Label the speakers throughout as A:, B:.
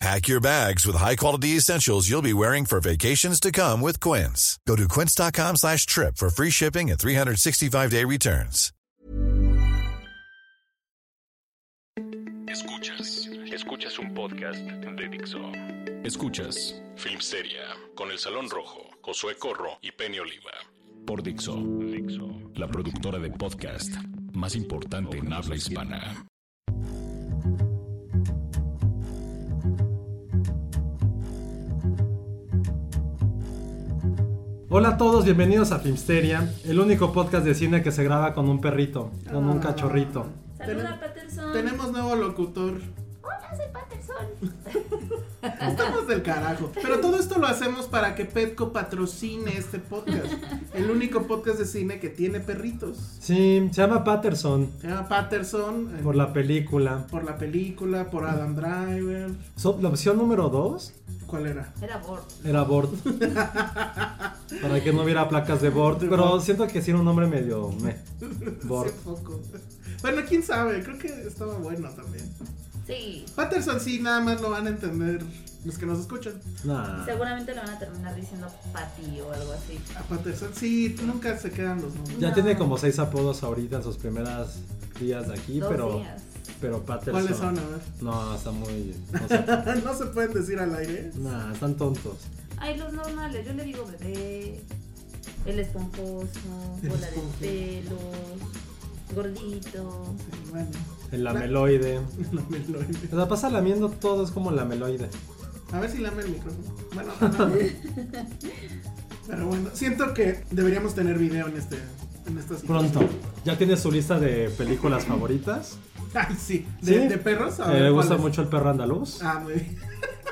A: Pack your bags with high-quality essentials you'll be wearing for vacations to come with Quince. Go to quince.com slash trip for free shipping and 365-day returns.
B: Escuchas, escuchas un podcast de Dixo. Escuchas Film Seria con El Salón Rojo, Josué Corro y Penny Oliva. Por Dixo, Dixo, la productora de podcast más importante en habla hispana.
C: Hola a todos, bienvenidos a Filmsteria, el único podcast de cine que se graba con un perrito, con un cachorrito.
D: Saluda, Patterson.
E: Tenemos nuevo locutor.
D: Hola, soy Patterson.
E: Estamos del carajo. Pero todo esto lo hacemos para que Petco patrocine este podcast. El único podcast de cine que tiene perritos.
C: Sí, se llama Patterson,
E: Se llama Patterson. eh,
C: por la película.
E: por la película, por Adam Driver.
C: So- la opción número 2
E: ¿Cuál era?
D: Era Bor.
C: era Bord. Para que no hubiera placas de Bord, pero siento que sí era un nombre medio... meh. Bord.
E: Hace poco. Bueno, quién sabe. Creo que estaba bueno también.
D: Sí.
E: Patterson sí, nada más lo van a entender los que nos escuchan.
C: Nah.
D: Seguramente lo van a terminar diciendo Patty o algo así.
E: A Patterson sí, nunca se quedan los nombres.
C: Ya tiene como seis apodos ahorita en sus primeros días de aquí,
D: Dos
C: pero...
D: días.
C: Pero Patterson...
E: ¿Cuáles son? A
C: No, está muy... No, sé.
E: ver. no se pueden decir al aire.
C: Nah, están tontos.
D: Ay, los normales. Yo le digo bebé. El esponjoso.
E: El
D: bola
E: esponjoso.
D: de pelo. Gordito.
E: Bueno,
C: El lameloide.
E: no me lo
C: O sea, pasa lamiendo todo, es como lameloide.
E: A ver si lame el micrófono. Bueno, no, no. pero bueno, siento que deberíamos tener video en este en esta situación.
C: Pronto. ¿Ya tienes su lista de películas favoritas?
E: Ay, sí. ¿De,
C: ¿Sí?
E: de perros? A
C: Eh,
E: ver,
C: le gusta
E: ¿cuáles?
C: mucho el perro andaluz.
E: Ah, muy bien.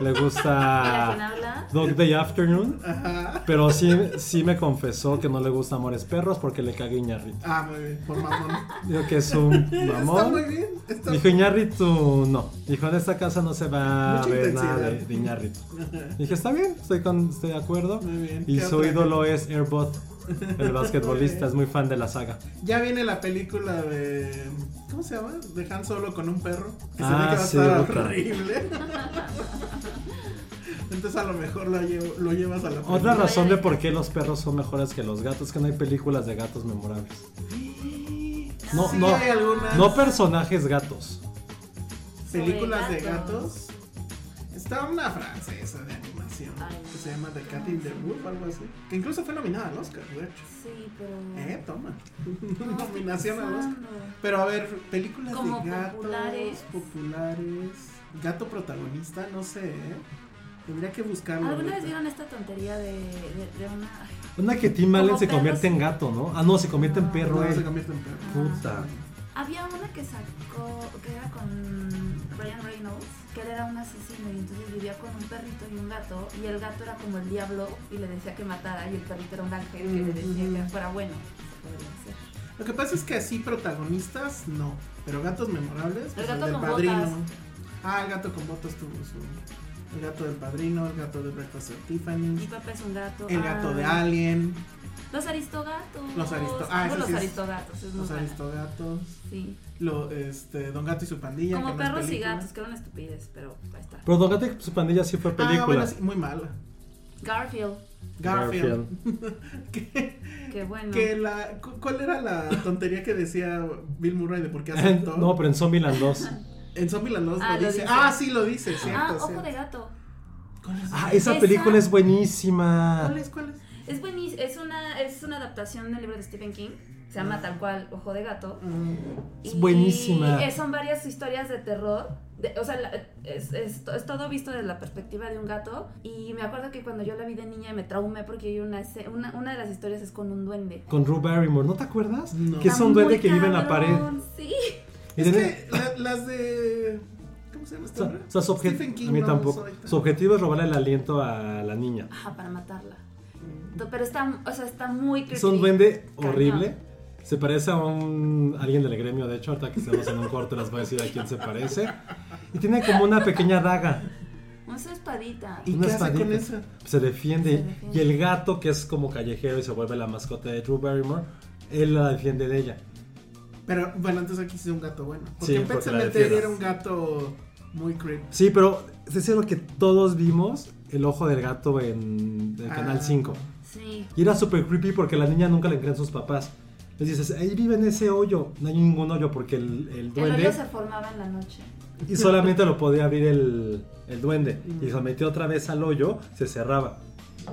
C: Le
D: Mira
E: Ah.
D: quién
C: gusta
D: habla.
C: Dog Day Afternoon.
E: Ajá.
C: Pero sí, sí me confesó que no le gusta Amores Perros porque le cagué Iñarrito.
E: Ah, muy bien. Por mamón.
C: Dijo que es un
E: Está muy
C: mamón.
E: bien. Está
C: Dijo Iñarrito, no. Dijo en esta casa no se va a
E: Mucha
C: ver nada de,
E: intensidad.
C: de Iñárritu. Dije, está bien, estoy, con, estoy de acuerdo.
E: Muy bien.
C: Y
E: ¿Qué
C: su
E: otra?
C: ídolo es Airbot, el basquetbolista.
E: bien.
C: Es muy fan de la saga.
E: Ya viene la película de. ¿Cómo se llama? De Han Solo con un perro. Que
C: Ah,
E: se ve que va
C: sí,
E: a estar
C: puta.
E: horrible. Entonces a lo mejor lo, llevo- lo llevas a la
C: Otra
E: película.
C: razón de por qué los perros son mejores que los gatos, que no hay películas de gatos memorables. No,
E: Sí,
C: no,
E: hay algunas.
C: no personajes gatos.
E: películas de
D: Sobre
E: gatos. Está una francesa de animación
D: Ay,
E: que
D: no.
E: se llama The Cat in the Roof, algo así. Que incluso fue nominada al Oscar, de hecho.
D: Sí, pero.
E: Eh, toma.
D: No,
E: Nominación al
D: estoy
E: Oscar.
D: pensando.
E: Pero a ver, películas
D: Como
E: de gatos
D: populares.
E: populares. Gato protagonista, no sé. ¿eh? Tendría que buscarlo.
D: ¿Alguna
E: ahorita.
D: vez vieron esta tontería de, de, de una. ay,
C: Una que Tim Allen
D: Como
C: se convierte en
D: perros.
C: gato, ¿no? Ah, no, se convierte en perro.
E: No,
C: él.
E: se convierte en perro.
C: Puta.
D: Había una que sacó, que era con Ryan Reynolds, que él era un asesino y entonces vivía con un perrito y un gato y el gato era como el diablo y le decía que matara y el perrito era un ángel que le decía que fuera bueno. Podría ser.
E: Lo que pasa es que así protagonistas, no. Pero gatos memorables, pues,
D: El gato
E: del
D: con
E: padrino.
D: botas.
E: Ah, el gato con botas tuvo su. El gato del padrino, el gato de Breakfast at Tiffany.
D: Mi papá es un gato.
E: El
D: Ah,
E: gato de Alien,
D: Los aristogatos.
E: Los aristo- ah,
D: Amo
E: esa
D: los
E: sí es-
D: aristogatos. Es muy
E: los
D: buena.
E: aristogatos,
D: Sí.
E: lo, este, Don Gato y su pandilla.
D: Como
E: que no es
D: perros y
E: película.
D: gatos, que era una estupidez, pero ahí está.
C: Pero Don Gato y su pandilla sí fue película.
E: Ah, bueno, sí, muy mala.
D: Garfield,
E: Garfield. que,
D: qué bueno.
E: que la, cu- ¿Cuál era la tontería que decía Bill Murray de por qué aceptó?
C: Garfield. Eh, no, pero en Zombieland 2.
E: En Zombieland 2
D: Ah,
E: lo
D: lo
E: dice.
D: dice.
E: Ah, sí, lo dice, cierto.
D: ah, ojo
E: cierto.
D: de gato.
E: ¿Cuál es?
C: Ah, esa
D: Esa-
C: película es buenísima.
E: ¿Cuál es? ¿Cuál es?
D: Es buenísimo, es una, es una adaptación del libro de Stephen King. Se llama tal cual Ojo de Gato.
C: Es buenísima.
D: Y es- son varias historias de terror. de- o sea, la- es, es to- es todo visto desde la perspectiva de un gato. Y me acuerdo que cuando yo la vi de niña me traumé porque hay una, esce- una, una de las historias es con un duende.
C: Con Drew Barrymore, ¿no te acuerdas?
E: No.
C: Que es un
D: Está
C: duende
D: muy
C: que vive en la pared.
D: cabrón, Sí.
C: Y
E: Es
C: tiene-
E: que la- las de. ¿Cómo se llama
C: o
E: esta
C: sea,
E: obra?
C: o sea, su obje-
E: Stephen King.
C: a mí
E: no,
C: tampoco.
E: soy tan-
C: Su objetivo es robarle el aliento a la niña.
D: Ajá, para matarla. To- Pero está, o sea, está muy creepy.
C: Es un duende
D: Cañón.
C: horrible. Se parece a un alguien del gremio, de hecho, ahorita que estamos en un corte les voy a decir a quién se parece. Y tiene como una pequeña daga.
D: Una espadita.
E: ¿Y
C: una
E: qué hace con
C: espadita.
E: esa?
C: Se defiende.
D: Se defiende.
C: Y el gato, que es como callejero y se vuelve la mascota de Drew Barrymore, él la defiende de ella.
E: Pero bueno, entonces aquí sí un gato bueno. Porque
C: Sí,
E: en Pet
C: porque la de
E: Sematary
C: fieras.
E: era un gato muy creep.
C: Sí, pero es lo que todos vimos, el ojo del gato en el
E: Ah.
C: Canal 5.
D: Sí.
C: Y era súper creepy porque la niña nunca le creen sus papás. Les dices, ahí vive en ese hoyo. No hay ningún hoyo porque el, el
D: El
C: duende...
D: hoyo se formaba en la noche.
C: Y solamente lo podía abrir el, el duende. Y se metió otra vez al hoyo, se cerraba.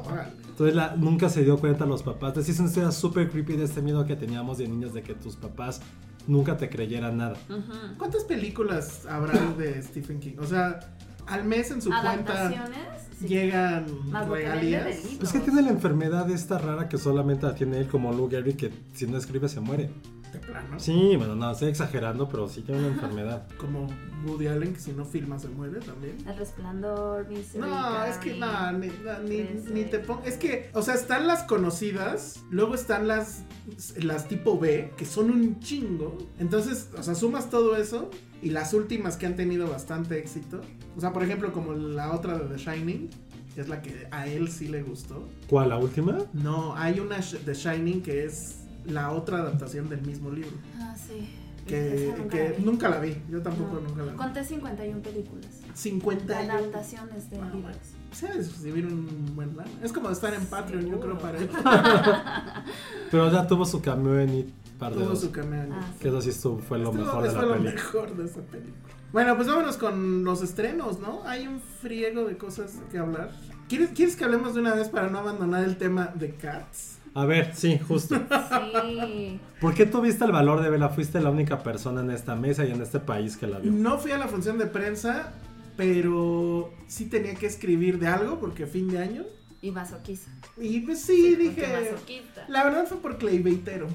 E: Órale.
C: Entonces la- nunca se dio cuenta los papás. Entonces sí es una historia súper creepy de este miedo que teníamos de niños de que tus papás nunca te creyeran nada.
D: Ah.
E: ¿Cuántas películas habrá de Stephen King? O sea, al mes en su cuenta
D: Adaptaciones. sí.
E: llegan
D: Más lo que vende
E: regalías.
D: del libro.
C: Es Pues que tiene la enfermedad esta rara que solamente la tiene él como Lou Gehrig que si no escribe se muere.
E: De plano.
C: Sí, bueno, no, estoy exagerando, pero sí tiene una enfermedad.
E: Como Woody Allen, que si no filma se muere también.
D: El resplandor, Misery,
E: No, es
D: Carrie.
E: que no, ni, no, ni-
D: Trece.
E: ni te pongo. Es que, o sea, están las conocidas, luego están las, las tipo B, que son un chingo. Entonces, o sea, sumas todo eso y las últimas que han tenido bastante éxito. O sea, por ejemplo, como la otra de The Shining, que es la que a él sí le gustó.
C: ¿Cuál, la última?
E: No, hay una sh- The Shining que es la otra adaptación del mismo libro.
D: Ah, sí.
E: Que,
D: Esa nunca
E: nunca, que
D: la vi.
E: nunca la vi, yo tampoco
D: No.
E: nunca la vi.
D: Conté 51 películas.
E: 50
D: De adaptaciones de
E: Ah,
D: libros.
E: Se debe recibir un buen lana. Es como estar en Patreon, yo creo,
D: Seguro.
E: para él.
C: Pero ya tuvo su cameo en It par de
E: Tuvo
C: dos.
E: su cameo.
D: Ah, sí.
C: Que eso sí estuvo- fue lo
E: Esto
C: mejor de
E: fue
C: la
E: lo
C: película.
E: mejor de esa película. Bueno, pues vámonos con los estrenos, ¿no? Hay un friego de cosas que hablar. ¿Quieres, ¿Quieres que hablemos de una vez para no abandonar el tema de Cats?
C: A ver, sí, justo.
D: Ah, Sí.
C: ¿Por qué tuviste el valor de verla? Fuiste la única persona en esta mesa y en este país que la vio.
E: No fui a la función de prensa, pero sí tenía que escribir de algo porque fin de año.
D: Y masoquista.
E: Y pues sí,
D: porque
E: dije.
D: masoquista.
E: La verdad fue por Claybaitero.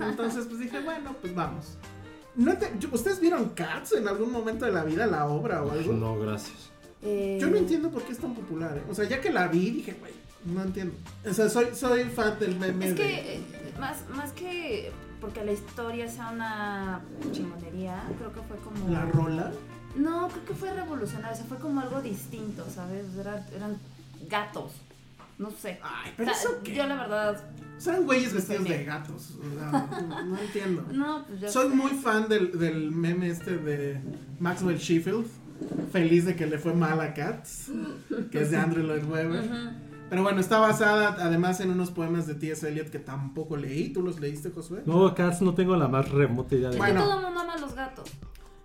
E: Entonces, pues dije, bueno, pues vamos. No te- yo- ¿Ustedes vieron Cats en algún momento de la vida, la obra o algo?
C: No, gracias.
D: Eh,
E: Yo no entiendo por qué es tan popular. ¿eh? O sea, ya que la vi, dije, güey, no entiendo. O sea, soy, soy fan del meme
D: Es
E: de.
D: que eh, más, más que porque la historia sea una chingonería, creo que fue como.
E: La rola.
D: No, creo que fue revolucionario. O sea, fue como algo distinto, ¿sabes? Era- eran gatos. No sé.
E: Ay, Ah, pero
D: O sea,
E: eso qué.
D: Yo la verdad.
E: Son güeyes vestidos
D: Entendí.
E: de gatos. O sea, no, no entiendo.
D: No, pues ya.
E: Soy muy fan del, del meme este de Maxwell Sheffield. Feliz de que le fue mal a Cats, que es de Andrew Lloyd Webber. Pero bueno, está basada además en unos poemas de T.S. Eliot que tampoco leí. ¿Tú los leíste, Josué?
C: No, Cats, no tengo la más remota idea de
D: Es
E: Bueno.
D: que todo el mundo ama a los gatos.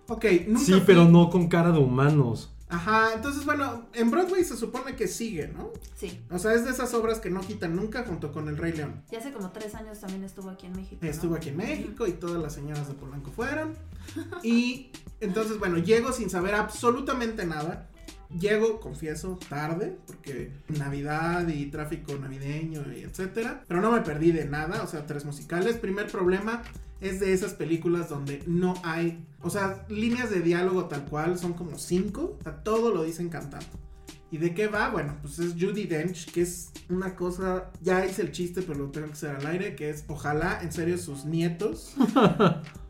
E: Ok, nunca
C: Sí,
E: fui-
C: pero no con cara de humanos.
E: Ajá, entonces bueno, en Broadway se supone que sigue, ¿no?
D: Sí.
E: O sea, es de esas obras que no quitan nunca junto con El Rey León.
D: Y hace como tres años también estuvo aquí en México. ¿no?
E: Estuvo aquí en México y todas las señoras de Polanco fueron. Y entonces, bueno, llego sin saber absolutamente nada. Llego, confieso, tarde, porque Navidad y tráfico navideño y etcétera. Pero no me perdí de nada, o sea, tres musicales. Primer problema es de esas películas donde no hay, o sea, líneas de diálogo tal cual, son como cinco. O sea, todo lo dicen cantando. ¿Y de qué va? Bueno, pues es Judy Dench, que es una cosa, ya hice el chiste, pero lo tengo que hacer al aire, que es ojalá en serio sus nietos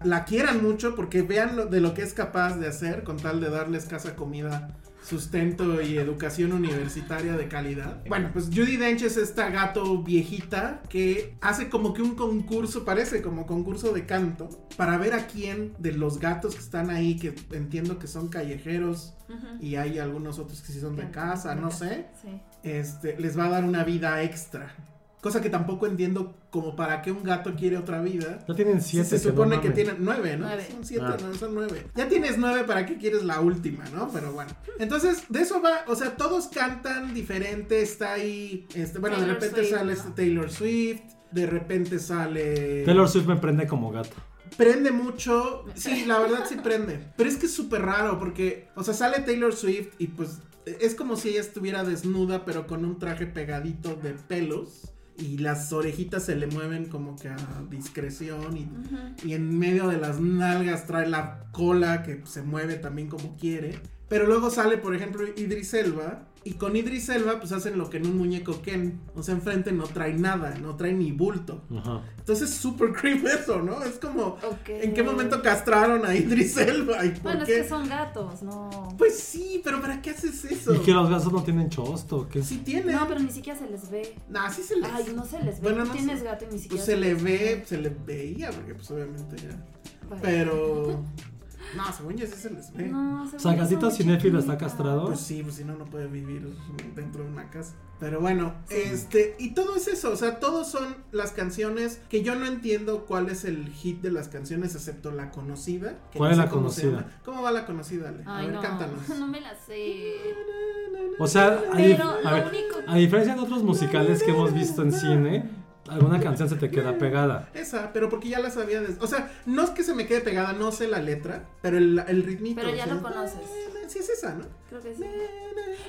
E: la quieran mucho porque vean lo- de lo que es capaz de hacer con tal de darles casa, comida, sustento y educación universitaria de calidad. Bueno, pues Judy Dench es esta gato viejita que hace como que un concurso, parece como concurso de canto, para ver a quién de los gatos que están ahí, que entiendo que son callejeros,
D: Ujú.
E: y hay algunos otros que sí son de
D: Que-
E: casa,
D: de
E: no
D: casa.
E: sé,
D: Sí.
E: este, les va a dar una vida extra. Cosa que tampoco entiendo como para qué un gato quiere otra vida.
F: No tienen
E: Si
F: siete.
E: se
F: que no
E: supone que
F: mames.
E: tienen nueve, ¿no?
D: Nueve.
E: Son siete,
F: Ah.
E: no son nueve. Ya tienes nueve, ¿para qué quieres la última, no? Pero bueno. Entonces, de eso va, o sea, todos cantan diferente, está ahí, este, bueno, de
D: Taylor
E: repente
D: Swift,
E: sale
D: ¿no?
E: este Taylor Swift, de repente sale...
F: Taylor Swift me prende como gato.
E: Prende mucho. Sí, la verdad sí prende. Pero es que es súper raro porque, o sea, sale Taylor Swift y pues es como si ella estuviera desnuda pero con un traje pegadito de pelos. Y las orejitas se le mueven como que a discreción y, y en medio de las nalgas trae la cola que se mueve también como quiere. Pero luego sale, por ejemplo, Idris Elba. Y con Idris Elba pues hacen lo que en un muñeco Ken. O sea, enfrente no trae nada, no trae ni bulto.
F: Ajá.
E: Entonces es súper creep eso, ¿no? Es como,
D: Ok.
E: ¿en qué momento castraron a Idris Elba? ¿Y por
D: Bueno,
E: qué?
D: es que son gatos, no.
E: Pues sí, pero ¿para qué haces eso?
F: Y que los gatos no tienen chosto. ¿qué?
E: Si tiene...
D: No, pero ni siquiera se les ve.
E: Nah, sí se le...
D: Ay, no se les ve.
E: Bueno,
D: Tú
E: no
D: tienes
E: sé.
D: gato y ni siquiera.
E: Pues se le
D: les
E: ve, se le veía, porque pues obviamente ya...
D: Vaya.
E: Pero... No, según yo sí se les ve.
D: No, se
F: O sea,
D: ve que
F: gatito
D: son
F: cinéfilo
D: chiquitas.
F: está castrado.
E: Pues sí, pues si no, no puede vivir dentro de una casa. Pero bueno, este, y todo es eso, o sea, todos son las canciones que yo no entiendo cuál es el hit de las canciones, excepto la conocida. que
F: ¿Cuál
E: no
F: es
E: sé
F: la
E: cómo se
F: conocida?
E: llama. ¿Cómo va la conocida, Ale?
D: Ay,
E: a ver,
D: no.
E: cántanos.
D: No me la sé.
F: O sea, a, dif-
D: Pero lo
F: a ver,
D: único-
F: a diferencia de otros musicales que hemos visto en cine, alguna canción se te queda pegada.
E: Esa, pero porque ya la sabía desde. O sea, no es que se me quede pegada, no sé la letra, pero el, el ritmito.
D: Pero ya
E: o sea,
D: lo conoces.
E: Sí, es esa, ¿no?
D: Creo que sí.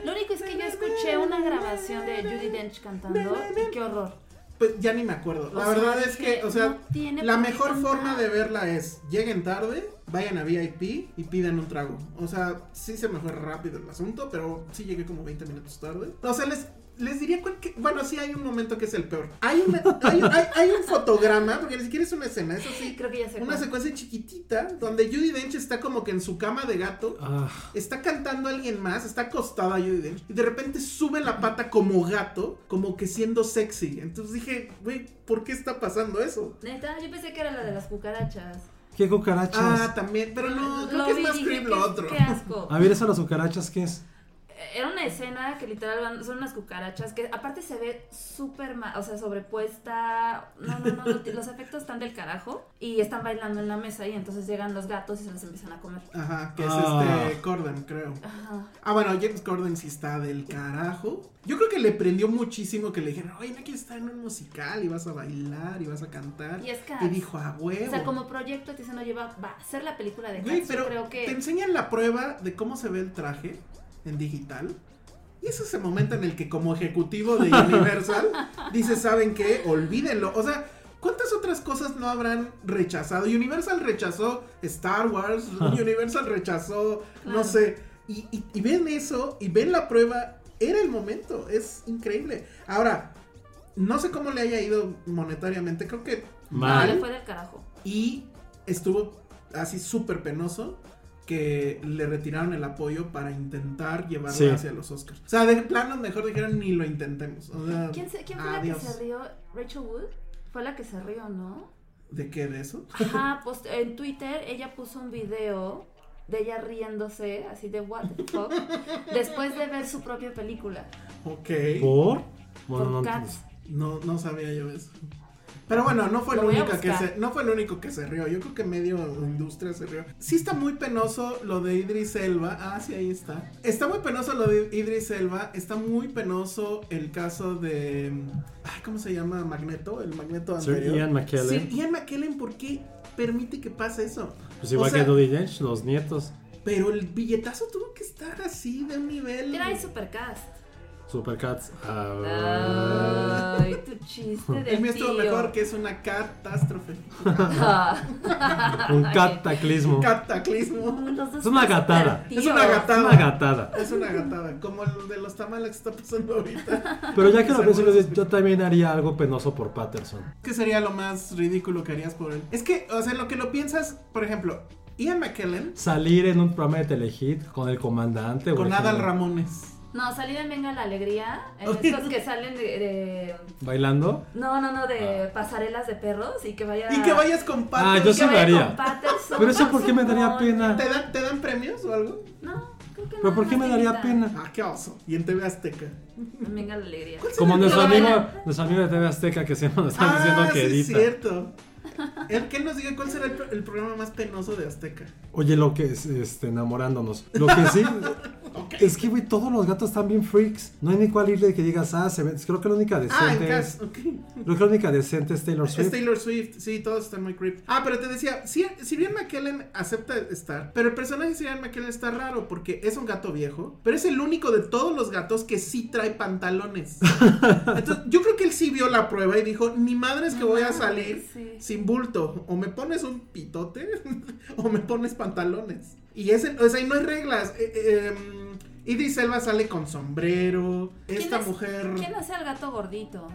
D: Lo único es que yo escuché una grabación de Judy Dench cantando y qué horror.
E: Pues ya ni me acuerdo. La
D: O sea,
E: verdad es
D: dije,
E: que, o sea,
D: no tiene
E: la
D: por qué
E: mejor
D: contar.
E: forma de verla es lleguen tarde, vayan a VIP y pidan un trago. O sea, sí se me fue rápido el asunto, pero sí llegué como 20 minutos tarde. O sea, les, les diría cuál que- Bueno, sí hay un momento que es el peor. Hay, una- hay, hay- hay un fotograma, porque ni siquiera es una escena, es así.
D: Creo que ya sé
E: Una
D: cuál.
E: secuencia chiquitita donde Judy Dench está como que en su cama de gato.
F: Ah,
E: Está cantando alguien más, está acostada Judi Dench, y de repente sube la pata como gato, como que siendo sexy. Entonces dije, güey, ¿por qué está pasando eso?
D: Neta, yo pensé que era la de las cucarachas.
F: ¿Qué cucarachas?
E: Ah, también, pero no, creo que es
D: vi,
E: más
D: dije,
E: creep
D: qué-
E: lo otro.
D: Qué asco.
F: a ver, ¿eso de las cucarachas qué es?
D: Era una escena que literal van- son unas cucarachas que aparte se ve súper mal, o sea, sobrepuesta. No, no, no, lo- los efectos están del carajo y están bailando en la mesa y entonces llegan los gatos y se los empiezan a comer.
E: Ajá, que es
F: Ah.
E: este Corden, creo.
D: Ajá.
E: Ah, bueno, James Corden sí está del carajo. Yo creo que le prendió muchísimo que le dijeron, oye, no quieres estar en un musical y vas a bailar y vas a cantar.
D: Y es Cats.
E: Y dijo, a huevo.
D: O sea, como proyecto te dicen, oye, va, va a ser la película de
E: Güey,
D: Cats, yo
E: pero
D: creo
E: te
D: que...
E: enseñan la prueba de cómo se ve el traje en digital. Y es ese momento en el que como ejecutivo de Universal dices, ¿saben qué? Olvídenlo. O sea, ¿cuántas otras cosas no habrán rechazado? Universal rechazó Star Wars, Universal rechazó, no
D: Claro.
E: sé. Y, y- y ven eso, y ven la prueba. Era el momento, es increíble. Ahora, no sé cómo le haya ido monetariamente, creo que
D: No,
F: Mal.
D: le fue del carajo.
E: y estuvo así súper penoso que le retiraron el apoyo para intentar llevarla
F: Sí.
E: hacia los Oscars. O sea, de plano mejor dijeron ni lo intentemos. O sea,
D: ¿Quién, se- quién fue
E: adiós.
D: la que se rió? ¿Rachel Wood? Fue la que se rió, ¿no?
E: ¿De qué de eso?
D: Ajá, pues en Twitter ella puso un video de ella riéndose, así de what the fuck, después de ver su propia película.
E: Ok.
C: Pues
F: ¿Por? Bueno, no pues,
D: por
F: entiendo.
D: Cats.
E: No, no sabía yo eso. Pero bueno, no fue,
D: Lo
E: el
D: voy a
E: único que
D: buscar.
E: se, no fue el único que se rió. Yo creo que medio industria se rió. Sí está muy penoso lo de Idris Elba. Ah, sí, ahí está. Está muy penoso lo de Idris Elba. Está muy penoso el caso de... Ay, ¿Cómo se llama? Magneto. El Magneto
F: Sir
E: anterior.
F: Ian ¿eh? McKellen.
E: Sir Ian McKellen, ¿por qué permite que pase eso?
F: Pues igual
E: O sea,
F: que Dodie Dench, los nietos.
E: Pero el billetazo tuvo que estar así de un nivel...
D: Era el supercast.
F: Supercats. Ah.
D: Ay, tu chiste de
E: El mío estuvo
D: tío.
E: mejor que es una catástrofe.
D: Ah.
F: un cataclismo.
E: Cataclismo.
D: Los dos
F: Es una gatada.
D: tíos.
E: Es una gatada.
F: Una gatada.
E: Es una gatada, como el de los tamales que está pasando ahorita.
F: Pero ya que lo pienso, yo- yo también haría algo penoso por Patterson.
E: ¿Qué sería lo más ridículo que harías por él? Es que, o sea, lo que lo piensas, por ejemplo, Ian McKellen
F: Salir en un programa de Telehit con el comandante. o
E: con
F: el
E: Adal
F: general
E: Ramones.
D: No, salí de Venga la Alegría. en Estos que salen de, de-
F: Bailando.
D: No, no, no, de pasarelas de perros y que vaya.
E: Y que vayas con Patterson.
F: Ah, yo Ah. sí
D: que
F: lo
D: vaya
F: haría.
D: con Patterson,
F: Pero eso, ¿por qué me
D: Patterson,
F: daría
D: no,
F: pena?
E: ¿Te dan, ¿Te dan premios o algo?
D: No, Creo que
C: Pero
D: nada
C: ¿por qué
D: más
C: me daría
D: grita.
C: pena?
E: Ah, qué oso. Y en TV Azteca.
D: Venga la alegría.
C: Como nuestro
D: Lo
C: amigo,
D: baila.
C: nuestro amigo de TV Azteca que siempre nos están
E: ah,
C: diciendo que
E: sí, es
C: edita.
E: cierto. El que nos diga cuál será el, pro- el programa más penoso de Azteca.
C: Oye, lo que es, este, enamorándonos. Lo que sí. Es que, güey, todos los gatos están bien freaks. No hay ni cuál irle que digas, ah, se ve- Creo que la única
E: Ah, en
C: decente es.
E: casa. Ok.
C: Creo que la única decente es Taylor Swift.
E: Es Taylor Swift, sí, todos están muy creep. Ah, pero te decía, si, si bien McKellen acepta estar, pero el personaje de Sirian McKellen está raro porque es un gato viejo, pero es el único de todos los gatos que sí trae pantalones. Entonces, yo creo que él sí vio la prueba y dijo, ni madre es que
D: No
E: voy a
D: mames,
E: salir
D: sí.
E: sin bulto, o me pones un pitote o me pones pantalones. Y ese, o sea, y no hay reglas. Eh, eh, em, Idris Elba sale con sombrero,
D: ¿Quién
E: esta
D: es-
E: mujer...
D: ¿Quién hace el gato gordito?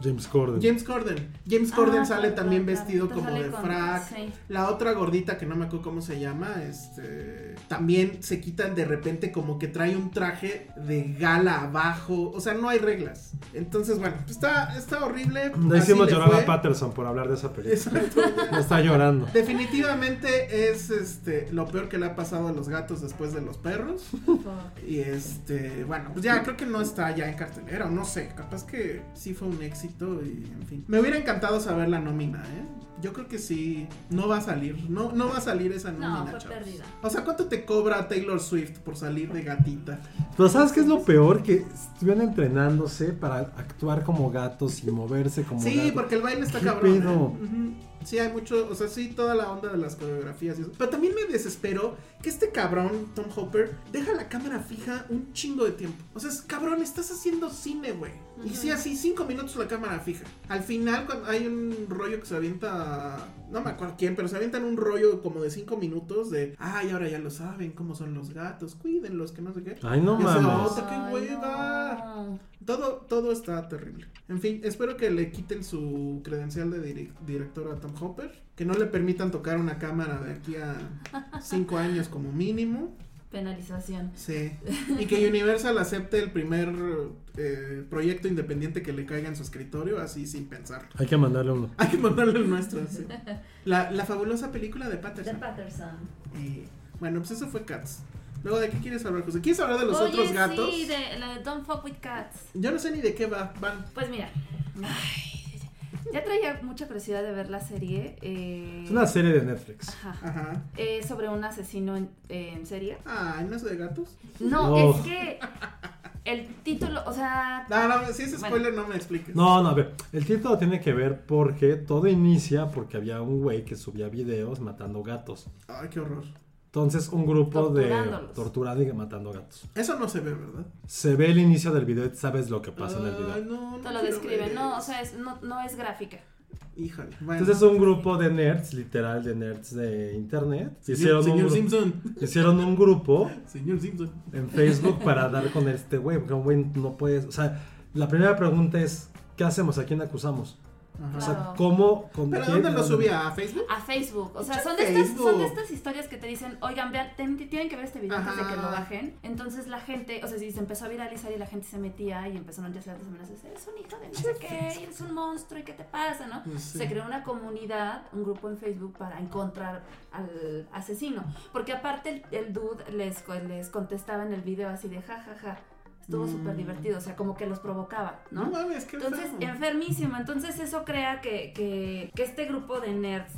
C: James Corden.
E: James Corden. James Corden
D: Ah,
E: sale
D: claro,
E: también
D: claro,
E: vestido
D: claro.
E: como
D: Sale
E: de
D: con-
E: frac.
D: sí.
E: La otra gordita que no me acuerdo cómo se llama, este, también se quitan de repente como que trae un traje de gala abajo. O sea, no hay reglas. Entonces, bueno, pues está, está horrible.
C: No
E: Así
C: hicimos
E: le
C: llorar
E: fue.
C: a Patterson por hablar de esa película.
E: Exacto.
C: No está llorando.
E: Definitivamente es este lo peor que le ha pasado a los gatos después de los perros. Y este, bueno, pues ya creo que no está ya en cartelera, o no sé, capaz que sí fue un éxito y en fin. Me hubiera encantado saber la nómina, ¿eh? Yo creo que sí, no va a salir, no, no va a salir esa nómina,
D: No, fue
E: chavos.
D: pérdida.
E: O sea, ¿cuánto te cobra Taylor Swift por salir de gatita?
C: Pero ¿sabes qué es lo peor? Que estuvieron entrenándose para actuar como gatos y moverse como
E: sí,
C: gatos.
E: porque el baile está
C: ¿Qué
E: cabrón. ¿eh?
C: pedo?
E: Ujú. Sí, hay mucho, o sea, sí, toda la onda de las coreografías y eso. Pero también me desesperó que este cabrón, Tom Hopper, deja la cámara fija un chingo de tiempo. O sea, es cabrón, estás haciendo cine, güey. Y sí, así, cinco minutos la cámara fija. Al final, cuando hay un rollo que se avienta, no me acuerdo quién, pero se avientan un rollo como de cinco minutos de, ay, ahora ya lo saben, cómo son los gatos, cuídenlos, que no sé qué.
C: Ay, no
E: Ya se
C: mames.
E: nota, qué hueva.
D: no.
E: Todo, todo está terrible. En fin, espero que le quiten su credencial de direc- director a Tom Hopper. Que no le permitan tocar una cámara de aquí a cinco años como mínimo.
D: Penalización.
E: Sí. Y que Universal acepte el primer eh, proyecto independiente que le caiga en su escritorio, así sin pensarlo.
C: Hay que mandarle uno.
E: Hay que mandarle el nuestro, sí. La, la fabulosa película de
D: De
E: Patterson.
D: Patterson.
E: Y, bueno, pues eso fue Cats. Luego, ¿de qué quieres hablar, José? ¿Quieres hablar de los
D: Oye,
E: otros gatos?
D: sí, de la de Don't Fuck With Cats.
E: Yo no sé ni de qué va, van.
D: Pues mira,
E: Mm.
D: ay, ya traía mucha curiosidad de ver la serie. eh,
C: Es una serie de Netflix.
D: ajá,
E: Ajá.
D: eh, sobre un asesino en, eh, en serie.
E: Ay, no es Ah, de gatos.
D: No,
C: No.
D: es que el título, o sea,
E: No, no, si es
D: Bueno.
E: spoiler no me expliques.
C: No, no, a ver. El título tiene que ver porque todo inicia porque había un güey que subía videos matando gatos.
E: Ay, qué horror.
C: Entonces un grupo de
D: Torturándolos.
C: torturando y matando gatos.
E: Eso no se ve, ¿verdad?
C: Se ve el inicio del video y sabes lo que pasa en el
E: Ay,
C: video.
E: no, no
D: te lo
E: quiero
D: describe,
E: ver
D: no, o
E: eso.
D: sea, es- no, no es gráfica.
E: Híjole. Bueno.
C: Entonces un grupo de nerds, literal de nerds de internet, hicieron,
E: señor,
C: un,
E: señor
C: gru-
E: Simpson.
C: hicieron un grupo
E: Señor Simpson.
C: en Facebook para dar con este güey, porque un güey no puedes, o sea, la primera pregunta es, ¿qué hacemos? ¿A quién acusamos? O sea,
D: Claro.
C: ¿cómo? ¿Con
E: ¿Pero
C: quién?
E: dónde lo subía? ¿A Facebook?
D: A Facebook, o sea,
E: Pinche
D: son de, estas,
E: Facebook.
D: son de estas historias que te dicen, oigan, vean, ten- tienen que ver este video antes de que lo
E: Ajá.
D: bajen. Entonces la gente, o sea, si se empezó a viralizar y la gente se metía y empezaron ya a hacer las amenazas, eres un hijo de no sé qué, y eres un monstruo, ¿y qué te pasa, no?
E: Pues sí.
D: Se creó una comunidad, un grupo en Facebook para encontrar al asesino. Porque aparte el, el dude les, co- les contestaba en el video así de jajaja. Estuvo
E: Mm.
D: súper divertido, o sea, como que los provocaba, ¿no?
E: No mames, qué
D: Entonces,
E: enfermo.
D: enfermísimo. Entonces, eso crea que, que, que este grupo de nerds,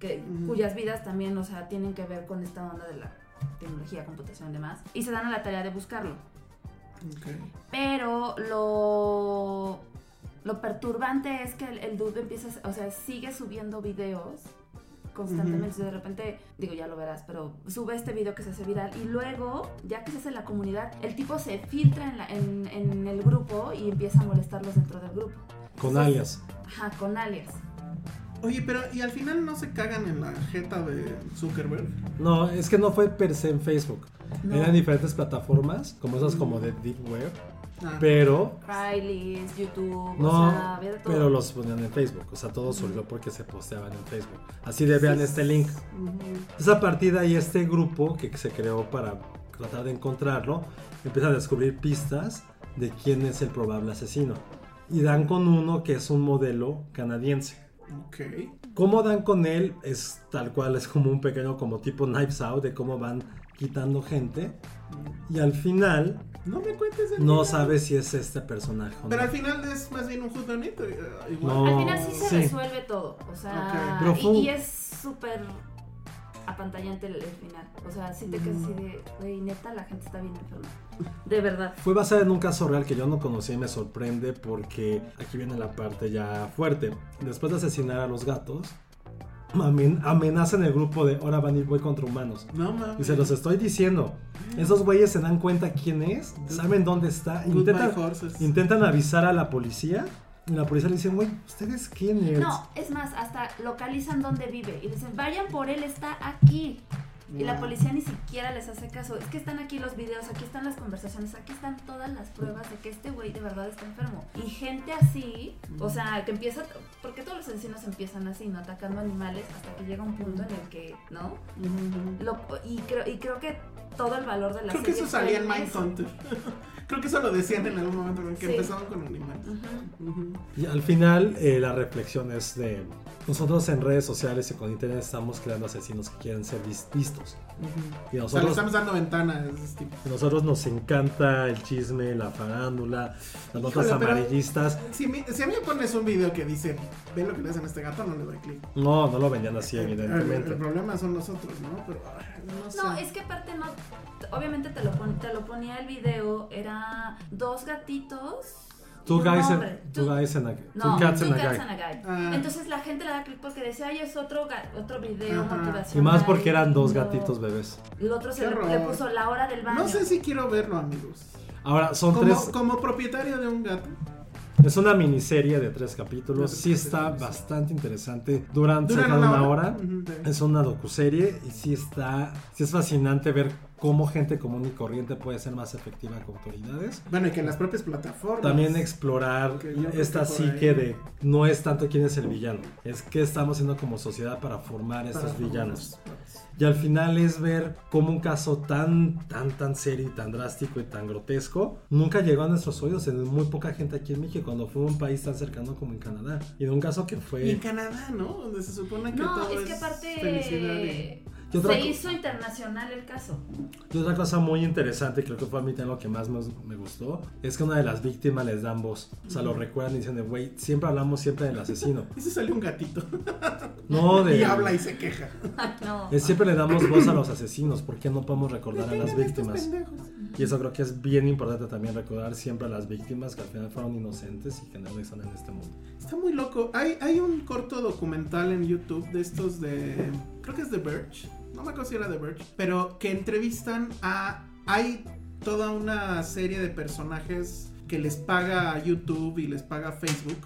D: que,
E: Ujú.
D: cuyas vidas también, o sea, tienen que ver con esta onda de la tecnología, computación y demás, y se dan a la tarea de buscarlo.
E: Ok.
D: Pero lo, lo perturbante es que el, el dude empieza, a- o sea, sigue subiendo videos constantemente.
E: Ujú.
D: Entonces, De repente, digo, ya lo verás, pero sube este video que se hace viral. Y luego, ya que se hace en la comunidad, el tipo se filtra en, la- en- en el grupo y empieza a molestarlos dentro del grupo.
C: Con
D: Entonces,
C: alias.
D: Ajá, con alias.
E: Oye, pero ¿y al final no se cagan en la jeta de Zuckerberg?
C: No, es que no fue per se en Facebook.
D: No.
C: Eran diferentes plataformas, como esas como de Deep Web,
E: Ah.
C: pero
D: Rileys, YouTube, o
C: no,
D: sea, había de todo.
C: pero los ponían en Facebook. O sea, todo surgió porque se posteaban en Facebook. Así de vean este link.
E: Ujú.
C: Entonces a partir de ahí este grupo que se creó para tratar de encontrarlo empieza a descubrir pistas de quién es el probable asesino. Y dan con uno que es un modelo canadiense.
E: Ok.
C: Cómo dan con él es tal cual, es como un pequeño como tipo Knives Out de cómo van quitando gente Y al final,
E: No me cuentes el
C: no
E: final.
C: sabes si es este personaje o no.
E: Pero al final es más bien un juzgamiento. eh, Igual.
C: No.
D: Al final sí se
C: Sí.
D: resuelve todo. O sea,
E: Ok.
C: Pero
D: y-
C: fue un-
D: y, es súper apantallante el, el final. O sea, sí te quedas así de, güey, neta, la gente está bien enferma. De verdad.
C: Fue basada en un caso real que yo no conocía y me sorprende porque aquí viene la parte ya fuerte. Después de asesinar a los gatos, amen- amenazan el grupo de ahora van a ir voy contra humanos.
E: No mames.
C: Y se los estoy diciendo. Esos güeyes se dan cuenta quién es, saben dónde está,
E: Goodbye
C: intentan,
E: horses.
C: intentan avisar a la policía y la policía le dicen, güey, ¿ustedes quiénes?
D: No, es más, hasta localizan dónde vive y dicen, vayan por él, está aquí. Y la
E: Wow.
D: policía ni siquiera les hace caso. Es que están aquí los videos, aquí están las conversaciones, aquí están todas las pruebas de que este güey de verdad está enfermo. Y gente así,
C: Mm.
D: o sea, que empieza, porque todos los asesinos empiezan así, ¿no? Atacando animales hasta que llega un punto en el que, ¿no? Lo- y, creo, y creo que todo el valor de la
E: Creo que
D: serie
E: eso salía
D: fue
E: en
D: eso.
E: Mindhunter. Creo que eso lo decían en algún momento, que
D: Sí.
E: empezaron con animales. Ujú.
C: Y al final eh, la reflexión es de nosotros en redes sociales y con internet estamos creando asesinos que quieren ser vis- vistos. Y
E: O sea, le
C: nosotros,
E: estamos dando ventanas. es tipo.
C: a nosotros nos encanta el chisme, la farándula, las notas
E: Híjole, pero-
C: amarillistas.
E: Si, me- si a mí me pones un video que dice, ve lo que le hacen a este gato, no le doy clic.
C: No, no lo vendían así,
E: El, el
C: evidentemente.
E: problema son nosotros, ¿no? Pero ay, no sé.
D: No, es que aparte no. Obviamente te lo, pon- te lo ponía el video. Era dos gatitos. y
C: Two
D: un
C: guys, and,
D: hombre.
C: two
D: Two-
C: guys and a,
D: No,
C: two cats and a guy.
D: and a guy.
E: Ah.
D: Entonces la gente le da clic porque decía, ay, es otro, ga- otro video
E: Ajá.
C: Y
D: motivacional.
C: más porque eran dos
D: lindo".
C: gatitos bebés.
D: El otro se
E: Qué
D: le,
E: horror.
D: le puso la hora del baño.
E: No sé si quiero verlo, amigos.
C: Ahora, son
E: Como,
C: tres.
E: como propietario de un gato.
C: Es una miniserie de tres capítulos.
E: De tres
C: Sí está
E: capítulos.
C: bastante interesante. Duran
E: Duran
C: cerca de
E: una
C: una
E: hora.
C: hora.
E: Ujú, sí.
C: Es una docuserie y sí está. Sí es fascinante ver cómo gente común y corriente puede ser más efectiva que autoridades.
E: Bueno, y que en las propias plataformas.
C: También explorar
E: Que yo creo que
C: esta
E: por
C: psique
E: ahí-
C: de no es tanto quién es el villano, es qué estamos haciendo como sociedad para formar
E: para
C: estos
E: formar
C: villanos.
E: las-
C: Y al final es ver cómo un caso tan, tan, tan serio y tan drástico y tan grotesco nunca llegó a nuestros oídos en muy poca gente aquí en México, cuando fue un país tan cercano como en Canadá. Y de un caso que
E: Y en
C: fue...
E: Canadá, ¿no? Donde se supone que
D: No,
E: todo
D: es
E: es,
D: que
E: felicidad y-
D: aparte.
C: Y otra
D: Se
C: co-
D: hizo internacional el caso.
C: Y otra cosa muy interesante, creo que fue a mí también lo que más me, me gustó, es que una de las víctimas les dan voz. O sea, lo recuerdan y dicen, de, güey, siempre hablamos siempre del asesino.
E: Y se salió un gatito.
C: No, de...
E: Y habla y se queja.
D: No.
C: Es siempre le damos voz a los asesinos, porque no podemos recordar a
E: Detengan
C: las
E: a estos
C: víctimas.
E: pendejos.
C: Y eso creo que es bien importante también recordar siempre a las víctimas que al final fueron inocentes y que no están en este mundo.
E: Está muy loco. Hay, hay un corto documental en YouTube de estos de. Creo que es The Verge. No me acuerdo si era The Verge. Pero que entrevistan a. Hay toda una serie de personajes que les paga a YouTube y les paga a Facebook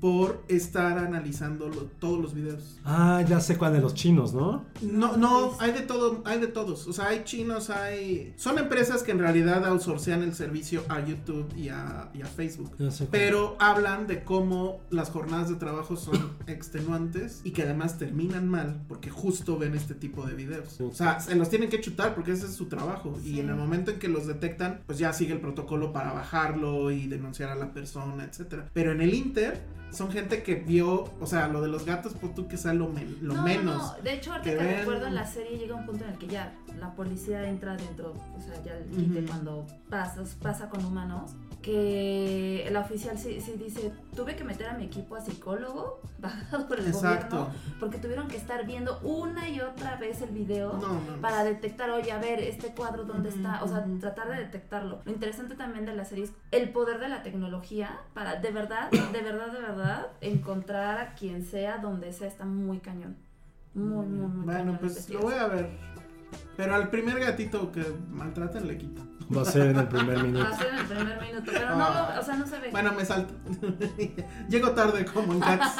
E: por estar analizando lo- todos los videos.
C: Ah, ya sé cuál de los chinos, ¿no?
E: No, no, hay de todo, hay de todos. O sea, hay chinos, hay. Son empresas que en realidad outsourcean el servicio a YouTube y a, y a Facebook.
C: Ya sé cuál.
E: Pero hablan de cómo las jornadas de trabajo son extenuantes y que además terminan mal porque justo ven este tipo de videos. O sea, se los tienen que chutar porque ese es su trabajo. Y en el momento en que los detectan, pues ya sigue el protocolo para bajarlo y denunciar a la persona, etcétera. Pero en el Inter son gente que vio, o sea, lo de los gatos, pues tú que sea lo, men- lo
D: No, no,
E: menos.
D: No, De hecho, ahorita
E: que
D: que
E: ven-
D: recuerdo en la serie llega un punto en el que ya la policía entra dentro, o sea, ya el quite
E: Ujú.
D: cuando pasas, pasa con humanos, que la oficial sí, sí dice, tuve que meter a mi equipo a psicólogo, bajado por el
E: Exacto.
D: gobierno, porque tuvieron que estar viendo una y otra vez el video.
E: No, no, no.
D: Para detectar, oye, a ver, este cuadro dónde está, o sea,
E: Ujú.
D: tratar de detectarlo. Lo interesante también de la serie es el poder de la tecnología para de verdad, de verdad, de verdad, encontrar a quien sea, donde sea, está muy cañón. Muy, muy, muy
E: Bueno,
D: cañón.
E: pues lo voy a ver. Pero al primer gatito que maltraten le quito.
C: Va a ser en el primer minuto.
E: Ah,
D: Hacer Ah, en el primer minuto, pero no, lo- o sea, no se ve.
E: Bueno, me salto. Llego tarde como en Cats.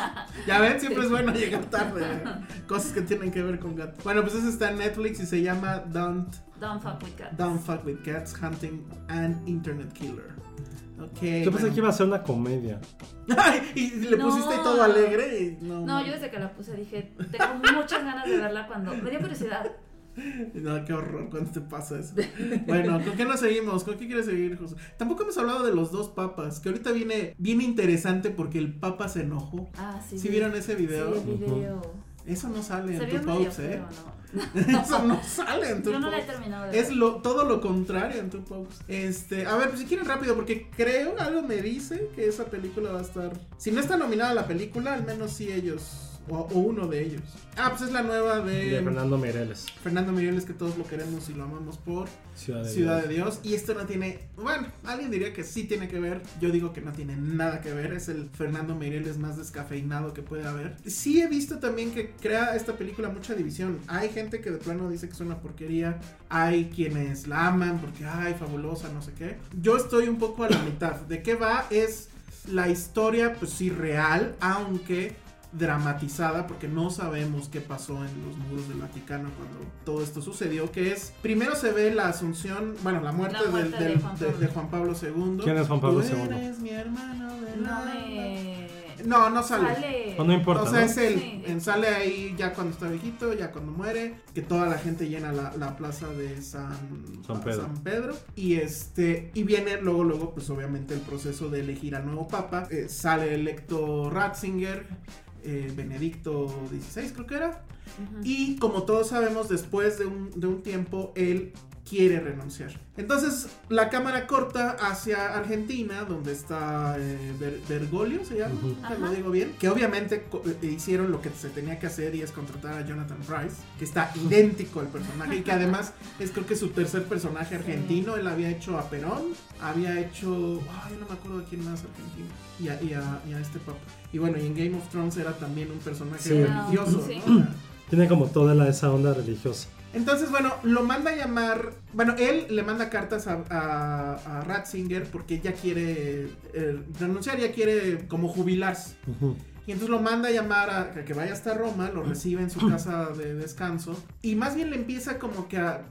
E: Ya ven, siempre es bueno llegar tarde. ¿eh? Cosas que tienen que ver con gatos. Bueno, pues eso está en Netflix y se llama Don't,
D: Don't fuck with cats.
E: Don't Fuck With Cats Hunting an Internet Killer. Ok.
C: Yo pensé
E: bueno.
C: que iba a ser una comedia.
E: Ay, y le
D: No.
E: pusiste todo alegre. y no,
D: No, yo desde que la puse dije, tengo muchas ganas de verla cuando. Me dio curiosidad.
E: No, qué horror cuando te pasa eso. Bueno, ¿con qué nos seguimos? ¿Con qué quieres seguir, José? Tampoco hemos hablado de los dos papas, que ahorita viene, viene interesante porque el papa se enojó.
D: Ah, sí.
E: ¿Sí
D: vi-
E: vieron ese video?
D: Sí, el video.
E: Eso no sale
D: Se
E: en
D: vio
E: tu
D: medio
E: Popes, ¿eh?
D: feo, ¿no?
E: Eso no sale en tu
D: Yo no la he
E: Popes.
D: terminado de
E: Es
D: ver.
E: lo, todo lo contrario en tu post. Este, a ver, pues si quieren rápido, porque creo, algo me dice que esa película va a estar. Si no está nominada la película, al menos sí ellos. O, o uno de ellos. Ah, pues es la nueva
F: Y de
E: de
F: Fernando Mireles,
E: Fernando Mireles, que todos lo queremos y lo amamos por
F: Ciudad de
E: Ciudad
F: Dios.
E: de Dios. Y esto no tiene. Bueno, alguien diría que sí tiene que ver. Yo digo que no tiene nada que ver. Es el Fernando Meireles más descafeinado que puede haber. Sí he visto también que crea esta película mucha división. Hay gente que de plano dice que es una porquería. Hay quienes la aman porque, ay, fabulosa, no sé qué. Yo estoy un poco a la mitad. ¿De qué va? Es la historia, pues sí, real, aunque dramatizada porque no sabemos qué pasó en los muros del Vaticano cuando todo esto sucedió que es primero se ve la asunción bueno la muerte,
D: La muerte
E: del, del-
D: de Juan
E: de-
D: Pablo.
E: de Juan Pablo II
F: ¿Quién es Juan Pablo
E: Tú
F: II?
E: eres mi hermano de
D: No
E: alma.
D: me.
E: no no sale,
F: No, no importa.
E: o sea
F: ¿no?
E: es él
D: Sí.
E: en- sale ahí ya cuando está viejito ya cuando muere que toda la gente llena la, la plaza de San
F: San Pedro.
E: Pedro. y este y viene luego luego pues obviamente el proceso de elegir al nuevo papa Eh, sale electo Ratzinger eh, Benedicto XVI creo que era
D: Ujú.
E: y como todos sabemos, después de un, de un tiempo, él quiere renunciar. Entonces, la cámara corta hacia Argentina, donde está eh, Ber- Bergoglio, se llama,
F: Ujú.
E: te lo
D: Ajá.
E: digo bien, que obviamente co- eh, hicieron lo que se tenía que hacer y es contratar a Jonathan Price, que está idéntico al personaje y que además es creo que su tercer personaje argentino. Él había hecho a Perón, había hecho... Ay, no me acuerdo de quién más argentino. Y a, y a- y a este papá. Y bueno, y en Game of Thrones era también un personaje
F: Sí.
E: religioso,
D: Sí.
E: ¿no? O sea,
F: Tiene como toda la, esa onda religiosa.
E: entonces, bueno, lo manda a llamar. Bueno, él le manda cartas a, a- a Ratzinger porque ya quiere eh, renunciar, ya quiere como jubilarse.
F: Ujú.
E: Y entonces lo manda a llamar a, a que vaya hasta Roma, lo recibe en su casa de descanso. Y más bien le empieza como que a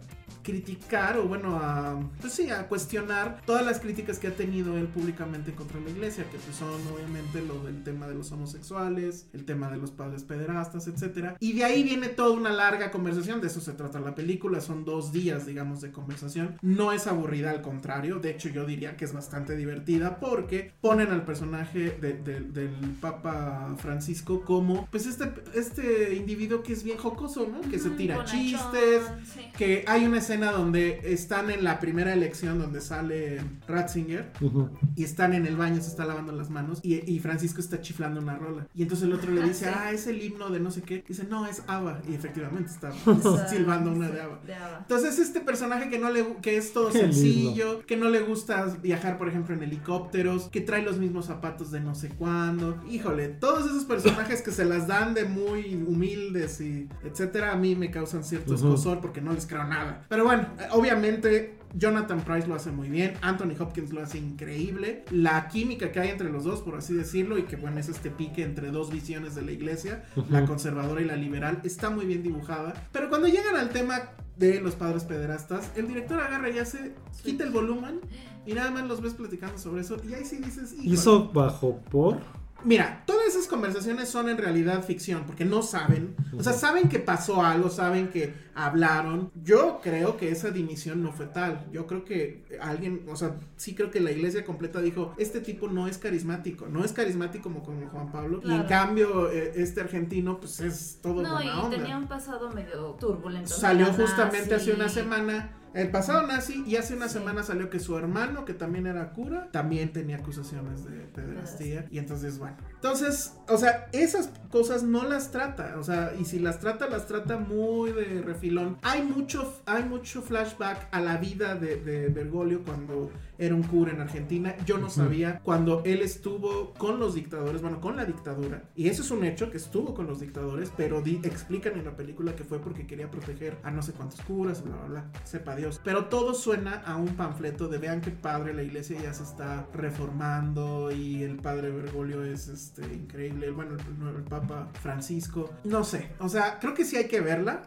E: criticar o bueno a pues sí a cuestionar todas las críticas que ha tenido él públicamente contra la iglesia que pues, son obviamente lo del tema de los homosexuales el tema de los padres pederastas etcétera y de ahí viene toda una larga conversación de eso se trata la película son dos días digamos de conversación no es aburrida al contrario de hecho yo diría que es bastante divertida porque ponen al personaje de- de- del papa Francisco como pues este este individuo que es bien jocoso no que se tira
D: Bonachón,
E: chistes
D: sí.
E: que hay una escena donde están en la primera elección donde sale Ratzinger
F: Ujú.
E: y están en el baño, se está lavando las manos y, y Francisco está chiflando una rola. Y entonces el otro le dice,
D: Sí.
E: ah, es el himno de no sé qué. dice, no, es ABBA. Y efectivamente está
D: Esa-
E: silbando una de ABBA.
D: De Ava.
E: Entonces este personaje que no le gu- que es todo
F: Qué lindo.
E: sencillo, que no le gusta viajar por ejemplo en helicópteros, que trae los mismos zapatos de no sé cuándo. Híjole, todos esos personajes que se las dan de muy humildes y etcétera a mí me causan cierto
F: Ujú.
E: escosor porque no les creo nada. Pero bueno, eh, obviamente Jonathan Price lo hace muy bien, Anthony Hopkins lo hace increíble, la química que hay entre los dos, por así decirlo, y que bueno, es este pique entre dos visiones de la iglesia, la conservadora y la liberal, está muy bien dibujada. Pero cuando llegan al tema de los padres pederastas, el director agarra y hace, quita el volumen y nada más los ves platicando sobre eso, y ahí sí dices, "Híjole".
F: Hizo bajo por.
E: Mira, todas esas conversaciones son en realidad ficción, porque no saben. O sea, saben que pasó algo, saben que hablaron. Yo creo que esa dimisión no fue tal. Yo creo que alguien, o sea, sí creo que la iglesia completa dijo, este tipo no es carismático, no es carismático como, como Juan Pablo. Y en
D: Claro.
E: cambio, eh, este argentino, pues es todo
D: No, y
E: buena onda.
D: tenía un pasado medio turbulento.
E: Salió
D: Era
E: justamente hace una
D: nazi.
E: semana. El pasado nazi y hace una
D: Sí.
E: semana salió que su hermano, que también era cura, también tenía acusaciones de pederastía. Y entonces, bueno. Entonces, o sea, esas cosas no las trata. O sea, y si las trata, las trata muy de refilón. Hay mucho, hay mucho flashback a la vida de, de Bergoglio cuando era un cura en Argentina. Yo no sabía cuando él estuvo con los dictadores, bueno, con la dictadura. Y eso es un hecho que estuvo con los dictadores, pero di- explican en la película que fue porque quería proteger a no sé cuántos curas, bla, bla, bla. Sepa Dios. Pero todo suena a un panfleto de vean que padre la iglesia ya se está reformando y el padre Bergoglio es este increíble. Bueno, el, el Papa Francisco. No sé. O sea, creo que sí hay que verla.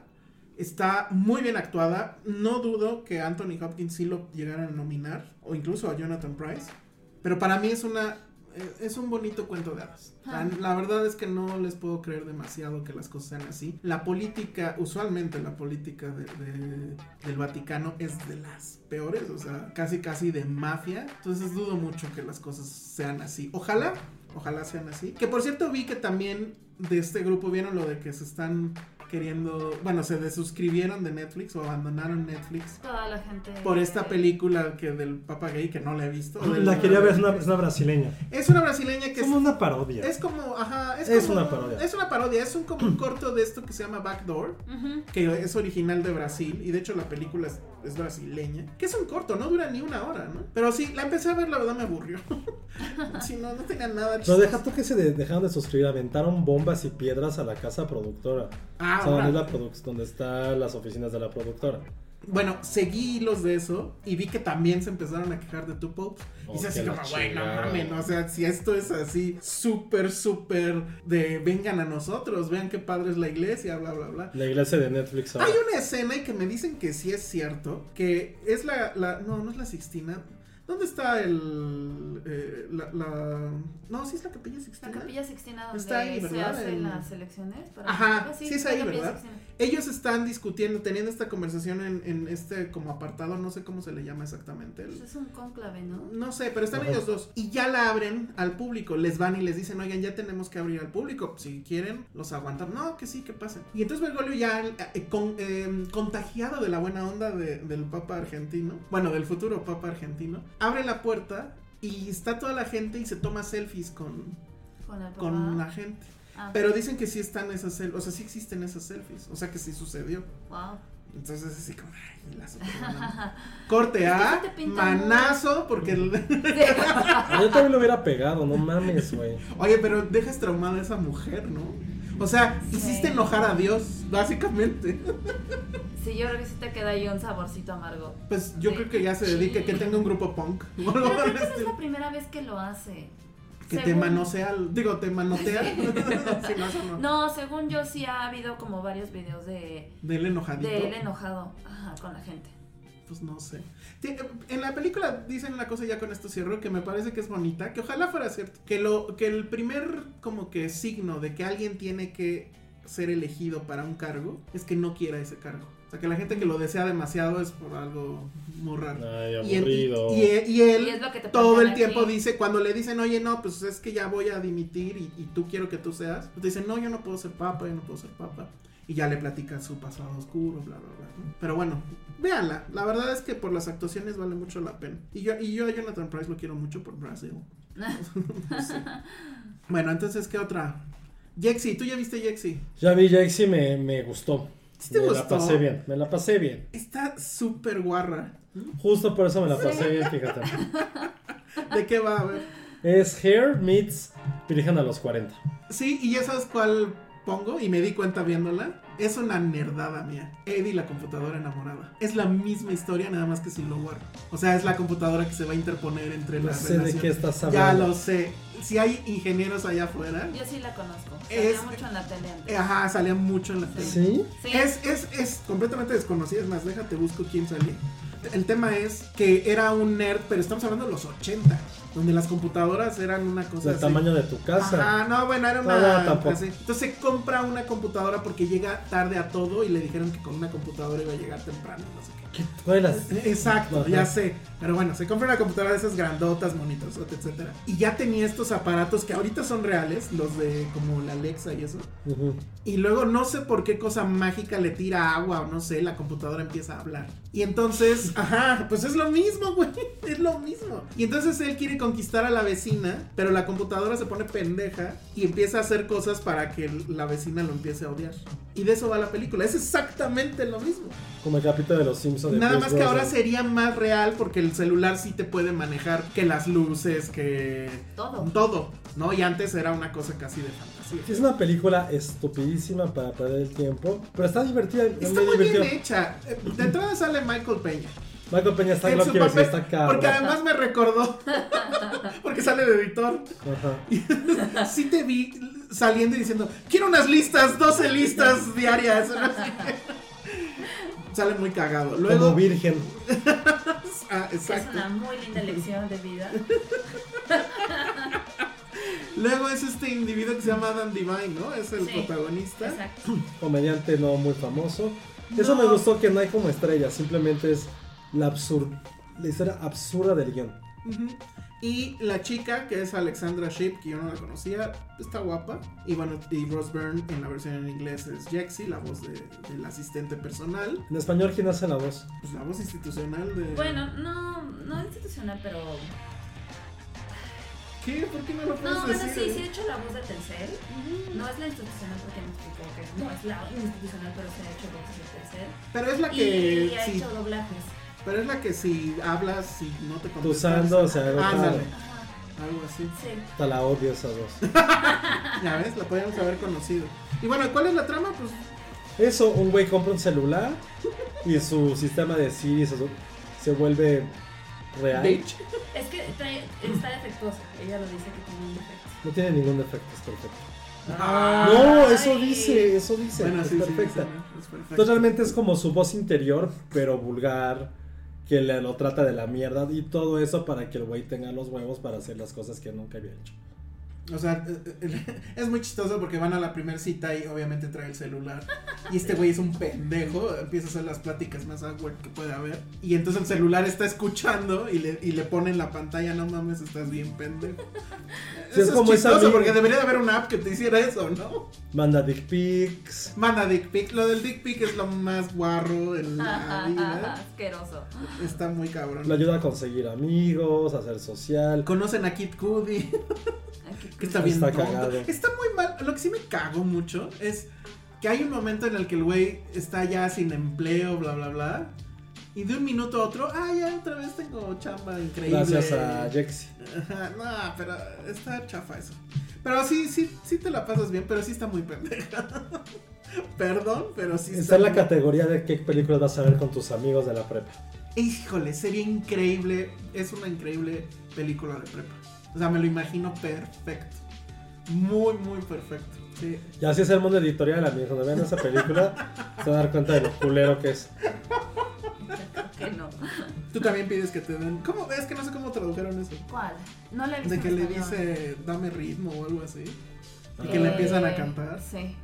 E: Está muy bien actuada. No dudo que Anthony Hopkins sí lo llegaran a nominar. O incluso a Jonathan Price. Pero para mí es una. eh, Es un bonito cuento de hadas. La, la verdad es que no les puedo creer demasiado que las cosas sean así. La política, usualmente la política de- de- del Vaticano es de las peores, o sea, casi casi de mafia. Entonces dudo mucho que las cosas sean así. Ojalá, ojalá sean así. Que por cierto vi que también de este grupo vieron lo de que se están queriendo, bueno, se desuscribieron de Netflix o abandonaron Netflix
D: Toda la gente.
E: por esta película que del Papa Gay que no la he visto. o del-
F: La quería ver, es una, es una brasileña.
E: Es una brasileña que
F: Es
E: es,
F: como una parodia.
E: es como, ajá, es,
F: Es
E: como-
F: una parodia.
E: Es una parodia, es un, como un corto de esto que se llama Backdoor,
D: Ujú.
E: que es original de Brasil y de hecho la película es, es brasileña, que es un corto, no dura ni una hora, ¿no? Pero sí, la empecé a ver, la verdad me aburrió. si no, no tenía nada.
F: Pero
E: chistoso.
F: deja tú que se de- dejaron de suscribir, aventaron bombas y piedras a la casa productora.
E: Ah,
F: o sea, donde,
E: ahora.
F: es la produc- donde están las oficinas de la productora.
E: Bueno, seguí hilos de eso y vi que también se empezaron a quejar de Tupac.
F: Oh,
E: y se así
F: que la
E: como, bueno,
F: chingada".
E: mamen, o sea, si esto es así, súper, súper de vengan a nosotros, vean qué padre es la iglesia, bla, bla, bla.
F: La iglesia de Netflix ahora.
E: Hay una escena y que me dicen que sí es cierto, que es la, la- no, no es la Sixtina. ¿Dónde está el, eh, la, la- no, sí es la Capilla
D: La
E: Sixtina.
D: capilla sextina donde
E: Está ahí,
D: se
E: ¿verdad?
D: hacen
E: En-
D: las elecciones. para-
E: Ajá,
D: Ah,
E: sí es
D: la
E: ahí,
D: Capilla
E: ¿verdad?
D: Sixtina.
E: Ellos están discutiendo, teniendo esta conversación en, en este como apartado, no sé cómo se le llama exactamente. el-
D: Pues es un cónclave, ¿no?
E: No sé, pero están
F: Ajá.
E: ellos dos. Y ya la abren al público. Les van y les dicen, oigan, ya tenemos que abrir al público. Si quieren, los aguantan. No, que sí, que pasen. Y entonces Bergoglio ya eh, con- eh, contagiado de la buena onda de- del Papa argentino, bueno, del futuro Papa argentino, abre la puerta y está toda la gente y se toma selfies con,
D: Con la
E: con
D: papá.
E: la gente.
D: Ah,
E: Pero dicen que sí están esas selfies, o sea, sí existen esas selfies. O sea, que sí sucedió.
D: wow.
E: Entonces así como, ay, la supermana. Corte A,
D: te pinta
E: manazo, porque... el-
F: Ah, Yo también lo hubiera pegado, no mames, güey.
E: Oye, pero dejas traumada a esa mujer, ¿no? O sea,
D: Sí.
E: hiciste enojar a Dios, básicamente.
D: Sí, yo creo que sí te queda ahí un saborcito amargo.
E: Pues yo
D: Sí.
E: creo que ya se dedica a que tenga un grupo punk. o
D: Pero
E: algo
D: creo
E: por el
D: que esa es la
E: estilo.
D: primera vez que lo hace.
E: Que te
D: Según-
E: manosea, digo, te manotea. Sí, no, eso no.
D: No, según yo sí ha habido como varios videos de,
E: Del enojadito.
D: de él enojado ajá, con la gente.
E: Pues no sé. Ti- En la película dicen una cosa ya con esto cierro que me parece que es bonita, que ojalá fuera cierto. Que lo, que el primer como que signo de que alguien tiene que ser elegido para un cargo es que no quiera ese cargo. O sea que la gente que lo desea demasiado es por algo muy
C: Ah,
E: raro.
F: Ay,
E: Y, él- y-
F: aburrido.
E: y él- y él
D: Y es lo que te
E: todo
D: plantean
E: el tiempo
D: aquí.
E: dice, cuando le dicen, oye, no, pues es que ya voy a dimitir y, y tú quiero que tú seas, pues te dicen, no, yo no puedo ser papa, yo no puedo ser papa. Y ya le platican su pasado oscuro, bla, bla, bla. ¿no? Pero bueno, véanla. La verdad es que por las actuaciones vale mucho la pena. Y yo, y yo a Jonathan Price lo quiero mucho por Brasil. No sé. Bueno, entonces, ¿qué otra? Jexy, ¿tú ya viste Jexy?
F: Ya vi Jaxi, me, me gustó.
E: ¿Sí te
F: me la
E: gustó?
F: pasé bien, me la pasé bien.
E: Está súper guarra.
F: Justo por eso me la pasé bien, fíjate.
E: ¿De qué va a ver?
F: Es Hair meets Virgen a los 40.
E: Sí, y ya sabes cuál pongo y me di cuenta viéndola. Es una nerdada mía. Eddie la computadora enamorada. Es la misma historia, nada más que sin lo guardo. O sea, es la computadora que se va a interponer entre
F: No
E: las
F: sé de
E: relaciones.
F: qué estás
E: Ya
F: hablando.
E: lo sé. Si hay ingenieros allá afuera,
D: Yo sí la conozco.
E: Es-
D: Salía mucho en la tele antes.
E: eh, ajá, salía mucho en la tele.
F: ¿Sí?
D: Sí.
E: Es, es, es completamente desconocida, es más, déjate busco quién salió. El tema es que era un nerd, pero estamos hablando de los 80, donde las computadoras eran una cosa
F: Del
E: así.
F: tamaño de tu casa.
E: Ajá, no, bueno, era
F: No,
E: una.
F: no, tampoco.
E: así. Entonces compra una computadora porque llega tarde a todo y le dijeron que con una computadora iba a llegar temprano, no sé qué.
F: ¿Qué tuelas?
E: Eh, Exacto,
F: Ajá.
E: ya sé. Pero bueno, se compra una computadora de esas grandotas, monitos, etcétera. Y ya tenía estos aparatos que ahorita son reales, los de como la Alexa y eso.
F: Ujú.
E: Y luego no sé por qué cosa mágica le tira agua o no sé, la computadora empieza a hablar. Y entonces, ajá, pues es lo mismo, güey, es lo mismo. Y entonces él quiere conquistar a la vecina, pero la computadora se pone pendeja y empieza a hacer cosas para que la vecina lo empiece a odiar. Y de eso va la película, es exactamente lo mismo.
F: Como el capítulo de los Simpsons. de
E: Nada
F: Pierce
E: más que ahora
F: Brosnan.
E: sería más real porque el celular sí te puede manejar que las luces, que...
D: Todo.
E: Todo, ¿no? Y antes era una cosa casi de fantasía.
F: Es una película estupidísima para perder el tiempo, pero está divertida.
E: Está
F: me
E: muy
F: divirtió.
E: bien hecha. Eh, De entrada sale Michael Peña.
F: Michael Peña está
E: En
F: lo
E: su
F: que iba a decir,
E: papel,
F: está cabrón.
E: porque además me recordó. porque sale de editor.
F: Ajá.
E: Sí te vi saliendo y diciendo, quiero unas listas, 12 listas diarias. sale muy cagado.
F: Como
E: Luego...
F: virgen.
E: Ah,
D: Que es
E: exacto.
D: una muy linda lección de vida.
E: Luego es este individuo que se llama Adam Divine, ¿no? Es el
D: Sí,
E: protagonista.
D: Exacto.
F: comediante no muy famoso. Eso
E: No.
F: me gustó que no hay como estrella, simplemente es la absur- la historia absurda del guión.
E: Ujú. Y la chica, que es Alexandra Sheep, que yo no la conocía, está guapa. Y bueno, y Rose Byrne en la versión en inglés es Jexy, la voz de- del asistente personal.
C: En español, ¿quién hace la voz?
E: Pues la voz institucional de.
D: Bueno, no, no institucional, pero.
E: ¿Qué? ¿Por qué no lo puedes
D: No, bueno,
E: decir?
D: sí, sí he hecho la voz de Telcel. No es la institucional porque me explicó que no es la institucional, pero se ha hecho voces de Telcel.
E: Pero es
D: Y,
E: la Ah, que.
D: ha
E: si-
D: hecho doblajes.
E: pero es la que si hablas, si no te contestas.
C: Usando, o sea,
E: Ándale,
D: Ajá,
E: algo así.
D: sí.
C: Hasta la odio esa voz.
E: Ya ves, la podríamos haber conocido. Y bueno, ¿cuál es la trama? Pues
C: Eso, un güey compra un celular y su sistema de Siri se, se vuelve real.
E: Bitch.
D: Es que trae- está defectuoso. Ella lo dice que tiene un defecto.
C: No tiene ningún defecto, es perfecto.
E: Ah.
C: No, eso
D: Ay.
C: dice, eso dice. es perfecta.
E: es perfecta.
C: Totalmente es como su voz interior, pero vulgar, que le, lo trata de la mierda y todo eso para que el güey tenga los huevos para hacer las cosas que nunca había hecho.
E: O sea, eh, eh, es muy chistoso porque van a la primera cita y obviamente trae el celular. Y este güey es un pendejo, empieza a hacer las pláticas más awkward que puede haber. Y entonces el celular está escuchando y le, y le pone en la pantalla, no mames, estás bien pendejo.
C: Sí, es
E: eso es,
C: como esa
E: chistoso
C: amiga-
E: porque debería de haber una app que te hiciera eso, ¿no?
C: Manda dick pics.
E: Manda dick pic. Lo del dick pic es lo más guarro en la
D: Ajá, ajá,
E: vida.
D: asqueroso.
E: Está muy cabrón.
C: Le ayuda a conseguir amigos, a ser social.
E: Conocen a Kid Cudi.
D: Aquí.
E: Que está bien
C: Está
E: tonto.
C: cagado.
E: Está muy mal. Lo que sí me cago mucho es que hay un momento en el que el güey está ya sin empleo, bla, bla, bla. Y de un minuto a otro, ah, ya otra vez tengo chamba increíble.
C: Gracias a Jexy.
E: Ajá, No, pero está chafa eso. Pero sí, sí, sí te la pasas bien, pero sí está muy pendeja. Perdón, pero sí
C: Está en la
E: muy-
C: categoría de qué películas vas a ver con tus amigos de la prepa.
E: Híjole, sería increíble. Es una increíble película de prepa. O sea, me lo imagino perfecto. Muy, muy perfecto. Sí.
C: Y así es el mundo editorial, amigos. Cuando vean esa película, se van a dar cuenta de lo culero que es.
D: Que no.
E: Tú también pides que te den. ¿Cómo? Es que no sé cómo tradujeron eso.
D: ¿Cuál? No la he visto.
E: De que
D: en
E: le
D: español.
E: dice dame ritmo o algo así. Y que le
D: Eh,
E: empiezan a cantar.
D: Sí.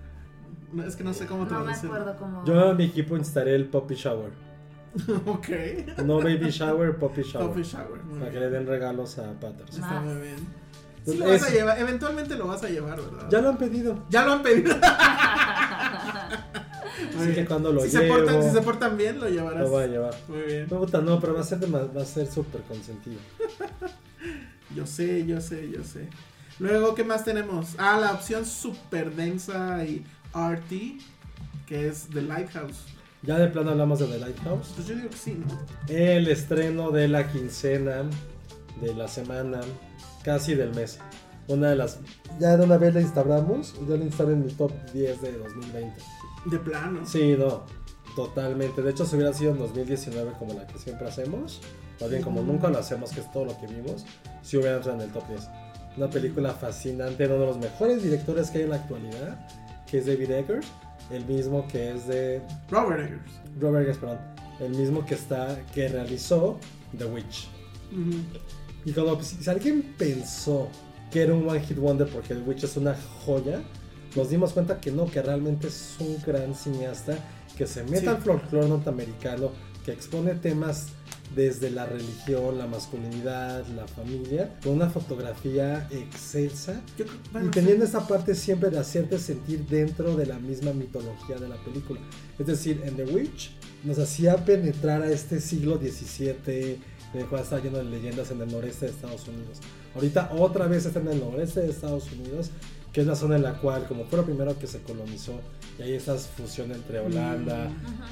E: No, es que no sé cómo
D: No me
E: traducirlo.
D: acuerdo cómo.
C: Yo a mi equipo instalé el Poppy Shower.
E: ok.
C: No Baby Shower, Poppy
E: Coffee
C: Shower.
E: shower. Muy
C: Para que
E: bien.
C: le den regalos a Patterson.
E: Está
D: Más.
E: muy bien. Sí lo vas a
C: Es-
E: llevar. Eventualmente lo vas a llevar, ¿verdad?
C: Ya lo han pedido.
E: Ya lo han pedido. Muy
C: Así
E: bien.
C: que cuando lo
E: si, se
C: llevo,
E: portan, si se portan bien, lo llevarás.
C: lo va a llevar.
E: Muy bien.
C: No, puta, no, pero va a ser, de más- va a ser súper consentido.
E: Yo sé, yo sé, yo sé. Luego, ¿qué más tenemos? Ah, la opción super densa y arty, que es The Lighthouse.
C: Ya de plano hablamos de The Lighthouse.
E: Pues yo digo que sí, ¿no?
C: El estreno de la quincena, de la semana, casi del mes. Una de las. Ya de una vez la instalamos. Ya la instalé en mi top 10 de 2020.
E: De plano.
C: Sí, no. Totalmente. De hecho, si hubiera sido en 2019 como la que siempre hacemos, más bien como nunca lo hacemos, que es todo lo que vimos, si hubiera entrado en el top 10. Una película fascinante, uno de los mejores directores que hay en la actualidad, que es David Eggers, el mismo que es de
E: Robert Eggers.
C: Robert Eggers, perdón, el mismo que está que realizó The Witch.
E: Ujú.
C: Y cuando pues, si alguien pensó que era un one hit wonder porque The Witch es una joya, nos dimos cuenta que no, que realmente es un gran cineasta que se mete
E: Sí.
C: al folclore norteamericano, que expone temas desde la religión, la masculinidad, la familia, con una fotografía excelsa
E: Yo creo-
C: y
E: bueno,
C: teniendo esa parte siempre de hacerte sentir dentro de la misma mitología de la película. Es decir, en The Witch nos hacía penetrar a este siglo XVII, en el cual estaba lleno de leyendas en el noreste de Estados Unidos. Ahorita otra vez está en el noreste de Estados Unidos, que es la zona en la cual, como fue lo primero que se colonizó, y hay esa fusión entre Holanda,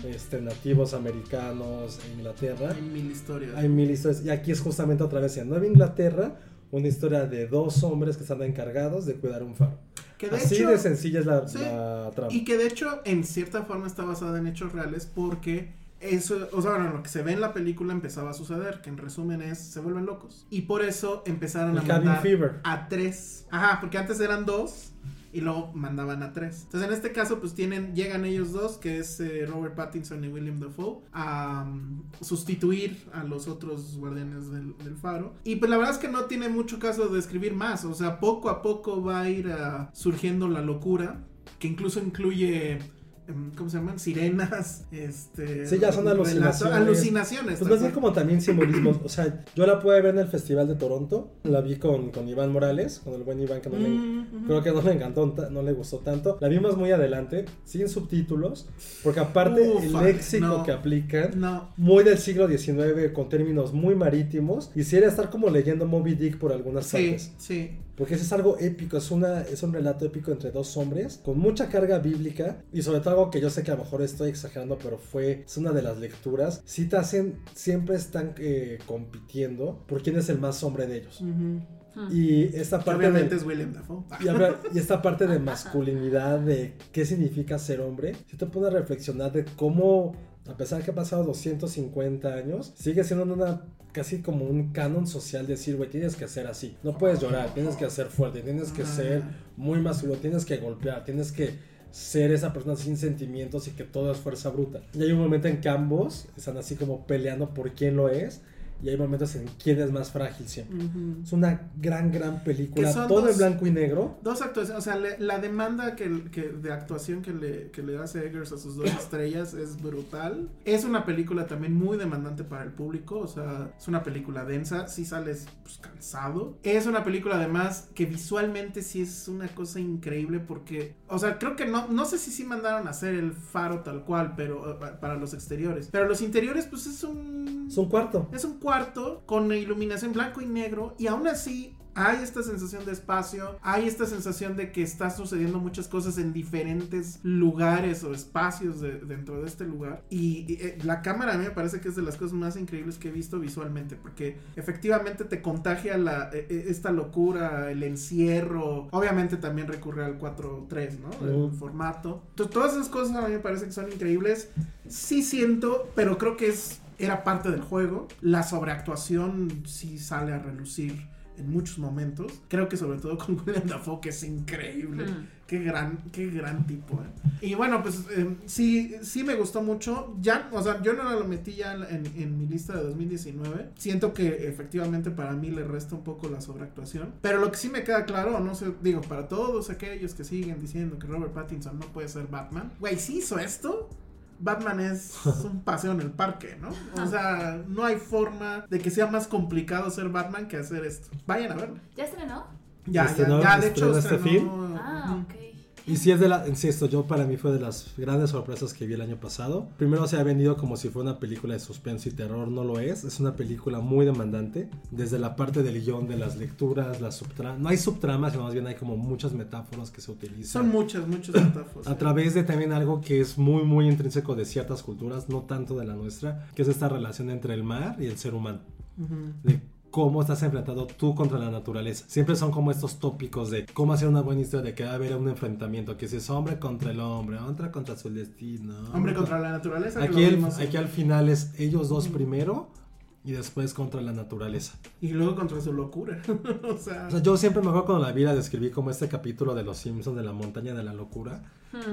C: este, nativos americanos e Inglaterra.
E: Hay mil historias.
C: Hay mil historias. Y aquí es justamente otra vez en Nueva Inglaterra, una historia de dos hombres que están encargados de cuidar un faro.
E: que de
C: Así
E: hecho,
C: de sencilla es la,
E: sí.
C: la trama.
E: y que de hecho, en cierta forma, está basada en hechos reales porque eso, o sea, bueno, lo que se ve en la película empezaba a suceder, que en resumen es, se vuelven locos. Y por eso empezaron
C: El
E: a
C: cabin
E: mandar
C: fever.
E: a tres. Ajá, porque antes eran dos y luego mandaban a tres. Entonces en este caso pues tienen, llegan ellos dos, que es eh, Robert Pattinson y William Dafoe, a mm, sustituir a los otros guardianes del, del faro. Y pues la verdad es que no tiene mucho caso de escribir más, o sea, poco a poco va a ir ah, surgiendo la locura, que incluso incluye em, ¿cómo se llaman? Sirenas, este...
C: Sí, ya son
E: relatos-
C: alucinaciones.
E: Alucinaciones.
C: Pues
E: tal
C: más bien
E: cual.
C: como también simbolismos. O sea, yo la pude ver en el Festival de Toronto. La vi con, con Iván Morales, con el buen Iván que no le,
E: Mm, ujú.
C: creo que no le encantó, ta- no le gustó tanto. La vimos muy adelante, sin subtítulos, porque aparte
E: Ufa,
C: el léxico
E: no.
C: que aplican,
E: No,
C: muy del siglo XIX, con términos muy marítimos, quisiera estar como leyendo Moby Dick por algunas
E: sí,
C: partes.
E: sí.
C: Porque eso es algo épico, es, una, es un relato épico entre dos hombres, con mucha carga bíblica y sobre todo algo que yo sé que a lo mejor estoy exagerando, pero fue, es una de las lecturas, si te hacen, siempre están eh, compitiendo por quién es el más hombre de ellos.
E: Ujú.
C: Y esta
E: Mm. Que
C: parte
E: Obviamente
C: de,
E: es William Dafoe. Ah,
C: y, habrá- y esta parte de masculinidad, de qué significa ser hombre, si te pone a reflexionar de cómo, a pesar que ha pasado 250 años, sigue siendo una casi como un canon social decir, güey, tienes que ser así, no puedes llorar, tienes que ser fuerte, tienes que
E: Ah.
C: ser muy masculino, tienes que golpear, tienes que ser esa persona sin sentimientos y que todo es fuerza bruta. Y hay un momento en que ambos están así como peleando por quién lo es. Y hay momentos en quién es más frágil siempre.
E: ujú.
C: Es una gran, gran película.
E: Que son
C: Todo
E: dos-
C: en blanco y negro.
E: Dos actuaciones, o sea, le- la demanda que, que- de actuación que le, que le hace Eggers a sus dos estrellas es brutal. Es una película también muy demandante para el público, o sea, es una película densa, si sales pues, cansado. Es una película además que visualmente sí es una cosa increíble porque, o sea, creo que no, no sé si sí mandaron a hacer el faro tal cual, pero eh, pa- para los exteriores. Pero los interiores pues es un...
C: Es un cuarto.
E: Es un cuarto con iluminación blanco y negro y aún así hay esta sensación de espacio, hay esta sensación de que está sucediendo muchas cosas en diferentes lugares o espacios de- dentro de este lugar. Y, y, eh, la cámara a mí me parece que es de las cosas más increíbles que he visto visualmente porque efectivamente te contagia la, eh, eh, esta locura, el encierro. Obviamente también recurre al 4.3, ¿no?
C: Ujú.
E: El formato. Entonces, todas esas cosas a mí me parece que son increíbles sí siento, pero creo que es era parte del juego. La sobreactuación sí sale a relucir en muchos momentos. Creo que sobre todo con William Dafoe, que es increíble. Qué gran, qué gran tipo, ¿eh? Y bueno, pues eh, sí, sí me gustó mucho. Ya, o sea, yo no lo metí ya en, en- en mi lista de 2019. Siento que efectivamente para mí le resta un poco la sobreactuación. Pero lo que sí me queda claro, no sé, digo, para todos aquellos que siguen diciendo que Robert Pattinson no puede ser Batman. Güey, sí hizo esto. Batman es un paseo en el parque, ¿no?
D: Ah.
E: O sea, no hay forma de que sea más complicado ser Batman que hacer esto. Vayan a verlo.
D: ¿Ya estrenó?
E: Ya,
C: Estrenó-
E: ya, ya, de hecho,
C: estrenó este
E: estrenó-
D: Ah,
E: Ujú.
D: ok.
C: Y si es de la, insisto, yo para mí fue de las grandes sorpresas que vi el año pasado. Primero se ha vendido como si fuera una película de suspenso y terror, no lo es. Es una película muy demandante, desde la parte del guión, de las lecturas, las subtramas. No hay subtramas, sino más bien hay como muchas metáforas que se utilizan.
E: Son muchas, muchas metáforas.
C: a través de también algo que es muy muy intrínseco de ciertas culturas, no tanto de la nuestra, que es esta relación entre el mar y el ser humano. De cómo estás enfrentado tú contra la naturaleza. Siempre son como estos tópicos de cómo hacer una buena historia, de que va a haber un enfrentamiento, que si es hombre contra el hombre, hombre contra su destino.
E: Hombre contra la naturaleza. que
C: Aquí,
E: lo
C: el-
E: vimos.
C: aquí al final es ellos dos primero y después contra la naturaleza.
E: Y luego contra su locura. o sea,
C: O sea, yo siempre me acuerdo cuando la vi, la describí como este capítulo de Los Simpsons de la montaña de la locura,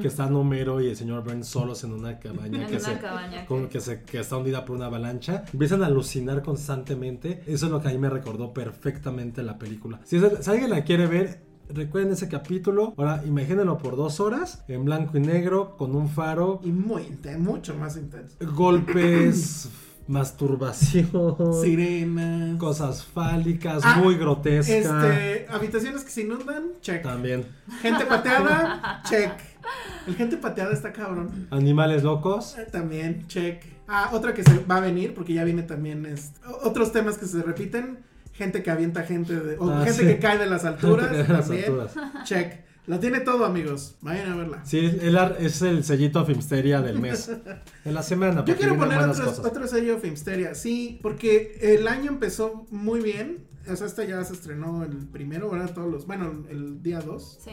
C: que está Homero y el señor Burns solos en una cabaña,
D: En
C: que,
D: una
C: se,
D: cabaña.
C: con- que se- que está hundida por una avalancha. Empiezan a alucinar constantemente. Eso es lo que a mí me recordó perfectamente la película. Si, es- si alguien la quiere ver, recuerden ese capítulo. Ahora, imagínenlo por dos horas, en blanco y negro, con un faro,
E: y muy inte- mucho más intenso.
C: golpes, masturbación,
E: Sirenas.
C: cosas fálicas,
E: Ah,
C: muy grotescas.
E: Este, habitaciones que se inundan, check.
C: También.
E: Gente pateada, check. El gente pateada está cabrón.
C: Animales locos.
E: Eh, También, check. Ah, otra que se va a venir, porque ya viene también es, o- otros temas que se repiten. Gente que avienta gente de- o
C: Ah,
E: gente
C: sí.
E: que cae de las alturas.
C: De las
E: también,
C: alturas.
E: Check. La tiene todo, amigos. Vayan a verla.
C: Sí, es el ar- es el sellito Filmsteria del mes. De la semana.
E: Yo
C: porque
E: quiero
C: vienen
E: poner
C: buenas
E: otro,
C: cosas.
E: otro sello Filmsteria, sí, porque el año empezó muy bien. O sea, esta ya se estrenó el primero, ¿verdad? Todos los. Bueno, el día 2.
D: Sí.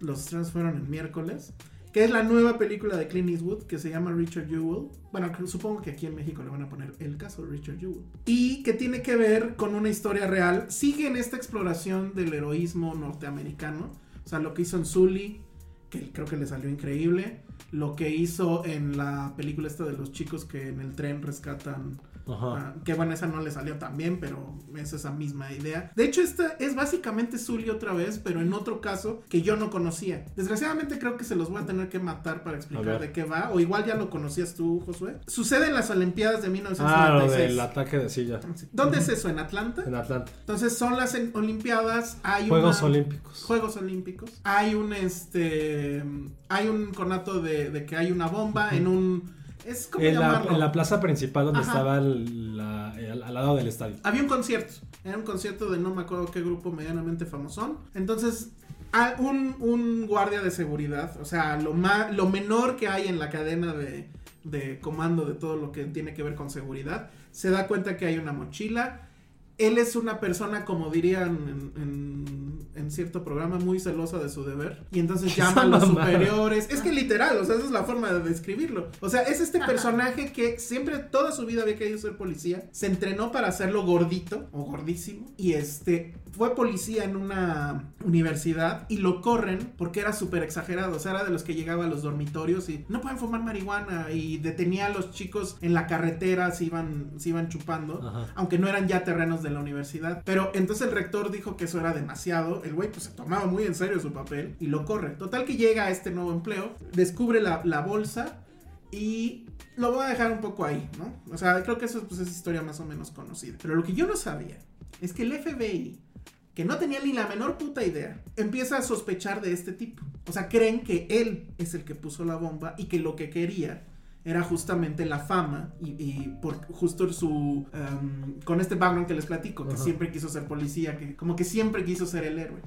E: Los estrenos fueron el miércoles. Que es la nueva película de Clint Eastwood que se llama Richard Jewell. Bueno, que supongo que aquí en México le van a poner el caso de Richard Jewell. Y que tiene que ver con una historia real. Sigue en esta exploración del heroísmo norteamericano. O sea, lo que hizo en Zully, que creo que le salió increíble. Lo que hizo en la película esta de los chicos que en el tren rescatan Ah, que bueno, esa no le salió tan bien, pero es esa misma idea. De hecho, esta es básicamente Zully otra vez, pero en otro caso que yo no conocía. Desgraciadamente creo que se los voy a tener que matar para explicar de qué va, o igual ya lo conocías tú, Josué. Sucede en las Olimpiadas de 1996.
C: Ah, lo del ataque de silla.
E: ¿Dónde es eso? ¿En Atlanta?
C: En Atlanta.
E: Entonces son las en- Olimpiadas, hay
C: Juegos
E: una-
C: Olímpicos.
E: Juegos Olímpicos. Hay un este hay un conato de, de que hay una bomba en un es como
C: En la,
E: llamarlo.
C: en la plaza principal donde
E: Ajá.
C: estaba el- la- el- al lado del estadio.
E: Había un concierto. Era un concierto de no me acuerdo qué grupo medianamente famosón. Entonces, a- un, un guardia de seguridad, o sea, lo, ma- lo menor que hay en la cadena de, de comando de todo lo que tiene que ver con seguridad, se da cuenta que hay una mochila. Él es una persona, como dirían en, en- en cierto programa, muy celosa de su deber. Y entonces
C: Esa
E: llama a los
C: mamada.
E: superiores. Es que literal, o sea, esa es la forma de describirlo. O sea, es este personaje que siempre, toda su vida había querido ser policía. Se entrenó para hacerlo gordito o gordísimo. Y este, fue policía en una universidad y lo corren porque era súper exagerado. O sea, era de los que llegaba a los dormitorios y no pueden fumar marihuana. Y detenía a los chicos en la carretera, se iban, se iban chupando
C: Ajá.
E: aunque no eran ya terrenos de la universidad. Pero entonces el rector dijo que eso era demasiado. El güey pues se tomaba muy en serio su papel y lo corre. Total que llega a este nuevo empleo, descubre la, la bolsa y lo voy a dejar un poco ahí, ¿no? O sea, creo que eso pues, es historia más o menos conocida. Pero lo que yo no sabía es que el FBI que no tenía ni la menor puta idea, empieza a sospechar de este tipo. O sea, creen que él es el que puso la bomba y que lo que quería era justamente la fama y, y por justo su em, con este background que les platico que
C: Ajá.
E: siempre quiso ser policía que como que siempre quiso ser el héroe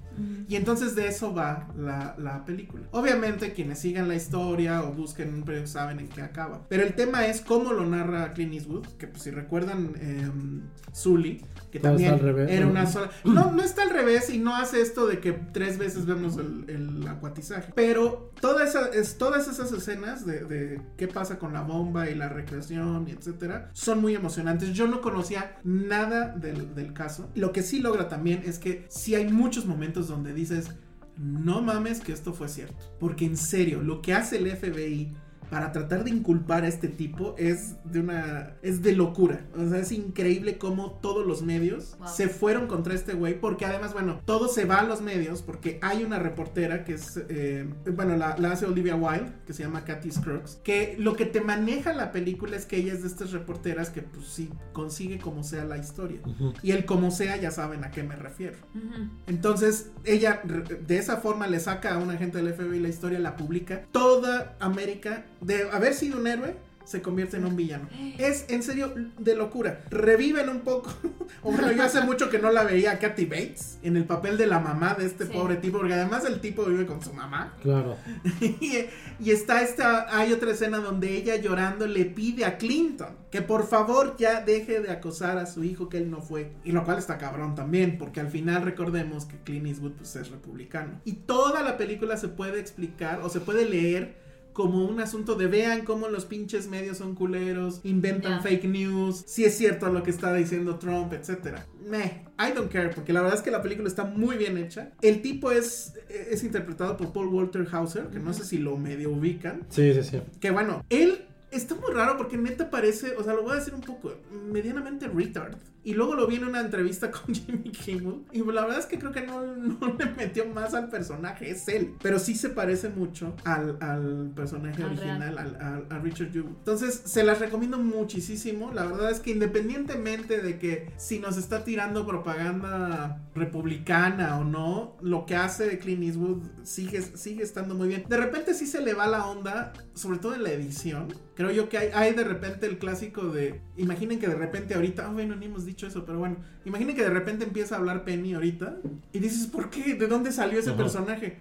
E: y entonces de eso va la, la película obviamente quienes sigan la historia o busquen un preview saben en qué acaba pero el tema es cómo lo narra Clint Eastwood que pues, si recuerdan em, Zully que
C: Todo está
E: también
C: al revés,
E: era
C: ¿no?
E: una sola. No, no está al revés y no hace esto de que tres veces vemos el, el acuatizaje. Pero toda esa- es- todas esas escenas de, de qué pasa con la bomba y la recreación y etcétera son muy emocionantes. Yo no conocía nada del, del caso. Lo que sí logra también es que sí hay muchos momentos donde dices. No mames que esto fue cierto. Porque en serio, lo que hace el FBI para tratar de inculpar a este tipo es de una es de locura. O sea, es increíble cómo todos los medios
D: Wow.
E: se fueron contra este güey porque además, bueno, todo se va a los medios porque hay una reportera que es eh, bueno, la, la hace Olivia Wilde, que se llama Kathy Scruggs, que lo que te maneja la película es que ella es de estas reporteras que pues sí consigue como sea la historia.
C: Ujú.
E: Y el como sea ya saben a qué me refiero.
D: Ujú.
E: Entonces, ella re- de esa forma le saca a un agente del FBI la historia, la publica. Toda América, de haber sido un héroe, se convierte en un villano. Es en serio de locura. Reviven un poco. o bueno, yo hace mucho que no la veía a Kathy Bates en el papel de la mamá de este
D: Sí.
E: pobre tipo, porque además el tipo vive con su mamá.
C: Claro.
E: y, y está esta, hay otra escena donde ella llorando le pide a Clinton que por favor ya deje de acosar a su hijo que él no fue. Y lo cual está cabrón también, porque al final recordemos que Clint Eastwood pues, es republicano. Y toda la película se puede explicar o se puede leer como un asunto de vean cómo los pinches medios son culeros, inventan
D: Ya.
E: fake news, si es cierto lo que está diciendo Trump, etcétera. Meh, I don't care, porque la verdad es que la película está muy bien hecha. El tipo es, es interpretado por Paul Walter Hauser, que no sé si lo medio ubican.
C: Sí, sí, sí.
E: Que bueno, él está muy raro porque neta parece, o sea, lo voy a decir un poco, medianamente retard. Y luego lo vi en una entrevista con Jimmy Kimmel. Y la verdad es que creo que no, no le metió más al personaje, es él. Pero sí se parece mucho al, al personaje
D: Al
E: original, al, al- a Richard Yu. Entonces, se las recomiendo muchísimo. La verdad es que independientemente de que si nos está tirando propaganda republicana o no, lo que hace Clint Eastwood sigue, sigue estando muy bien. De repente sí se le va la onda, sobre todo en la edición. Creo yo que hay, hay de repente el clásico de... Imaginen que de repente ahorita... Ah, bueno, ni hemos dicho eso, pero bueno. Imaginen que de repente empieza a hablar Penny ahorita y dices, ¿por qué? ¿De dónde salió ese
C: Ajá.
E: personaje?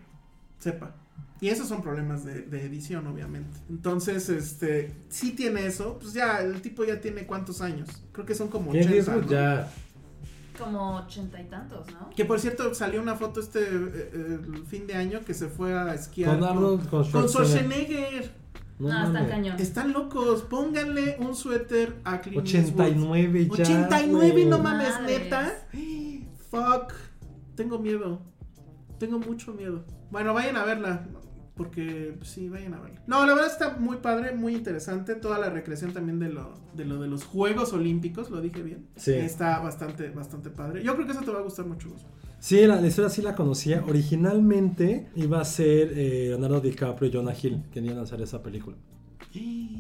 E: Sepa. Y esos son problemas de, de edición, obviamente. Entonces, este, sí tiene eso. Pues ya, el tipo ya tiene cuántos años. Creo que son como
C: Clint
E: 80.
C: Eastwood
E: ¿no?
C: ya.
D: Como ochenta y tantos, ¿no?
E: Que por cierto, salió una foto este eh, eh, el fin de año que se fue a esquiar.
C: Con Arnold, con
E: con
C: Schwarzenegger.
E: Schwarzenegger.
D: No, está
C: mames.
D: cañón.
E: Están locos. Pónganle un suéter a Clint Eastwood.
C: 89 ya.
E: 89, no
C: güey.
E: mames,
D: Madres.
E: neta. Fuck. Tengo miedo. Tengo mucho miedo. Bueno, vayan a verla. Porque pues, sí, vayan a verlo. No, la verdad está muy padre, muy interesante. Toda la recreación también de lo de, lo, de los Juegos Olímpicos, lo dije bien.
C: Sí.
E: Está bastante, bastante padre. Yo creo que eso te va a gustar mucho, Gus.
C: Sí, la, la historia sí la conocía. Originalmente iba a ser eh, Leonardo DiCaprio y Jonah Hill. Querían hacer esa película.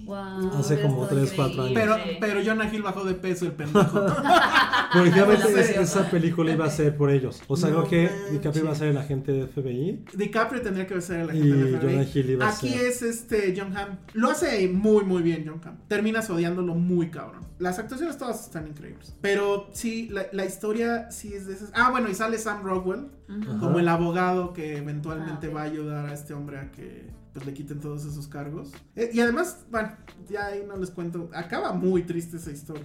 D: Wow,
C: Hace
D: hubiera
C: como
D: estado
C: tres, cuatro
D: increíble.
E: Pero, pero Jonah Hill bajó de peso el pendejo.
C: Originalmente
D: Hola,
C: es-
D: serio.
C: esa película iba a ser por ellos. O sea,
E: No
C: creo que
E: manches.
C: DiCaprio iba a ser el agente de FBI.
E: DiCaprio tendría que besar a la
C: Y
E: gente de la
C: Jonah Hill iba a
E: Aquí
C: ser-
E: es este John Hamm. Lo hace muy muy bien John Hamm. Terminas odiándolo muy cabrón. Las actuaciones todas están increíbles. Pero sí, la, la historia sí es de esas. Ah, bueno, y sale Sam Rockwell
C: Ajá.
E: como el abogado que eventualmente
D: Ah, ok.
E: va a ayudar a este hombre a que pues le quiten todos esos cargos. Eh, y además, bueno, ya ahí no les cuento. Acaba muy triste esa historia.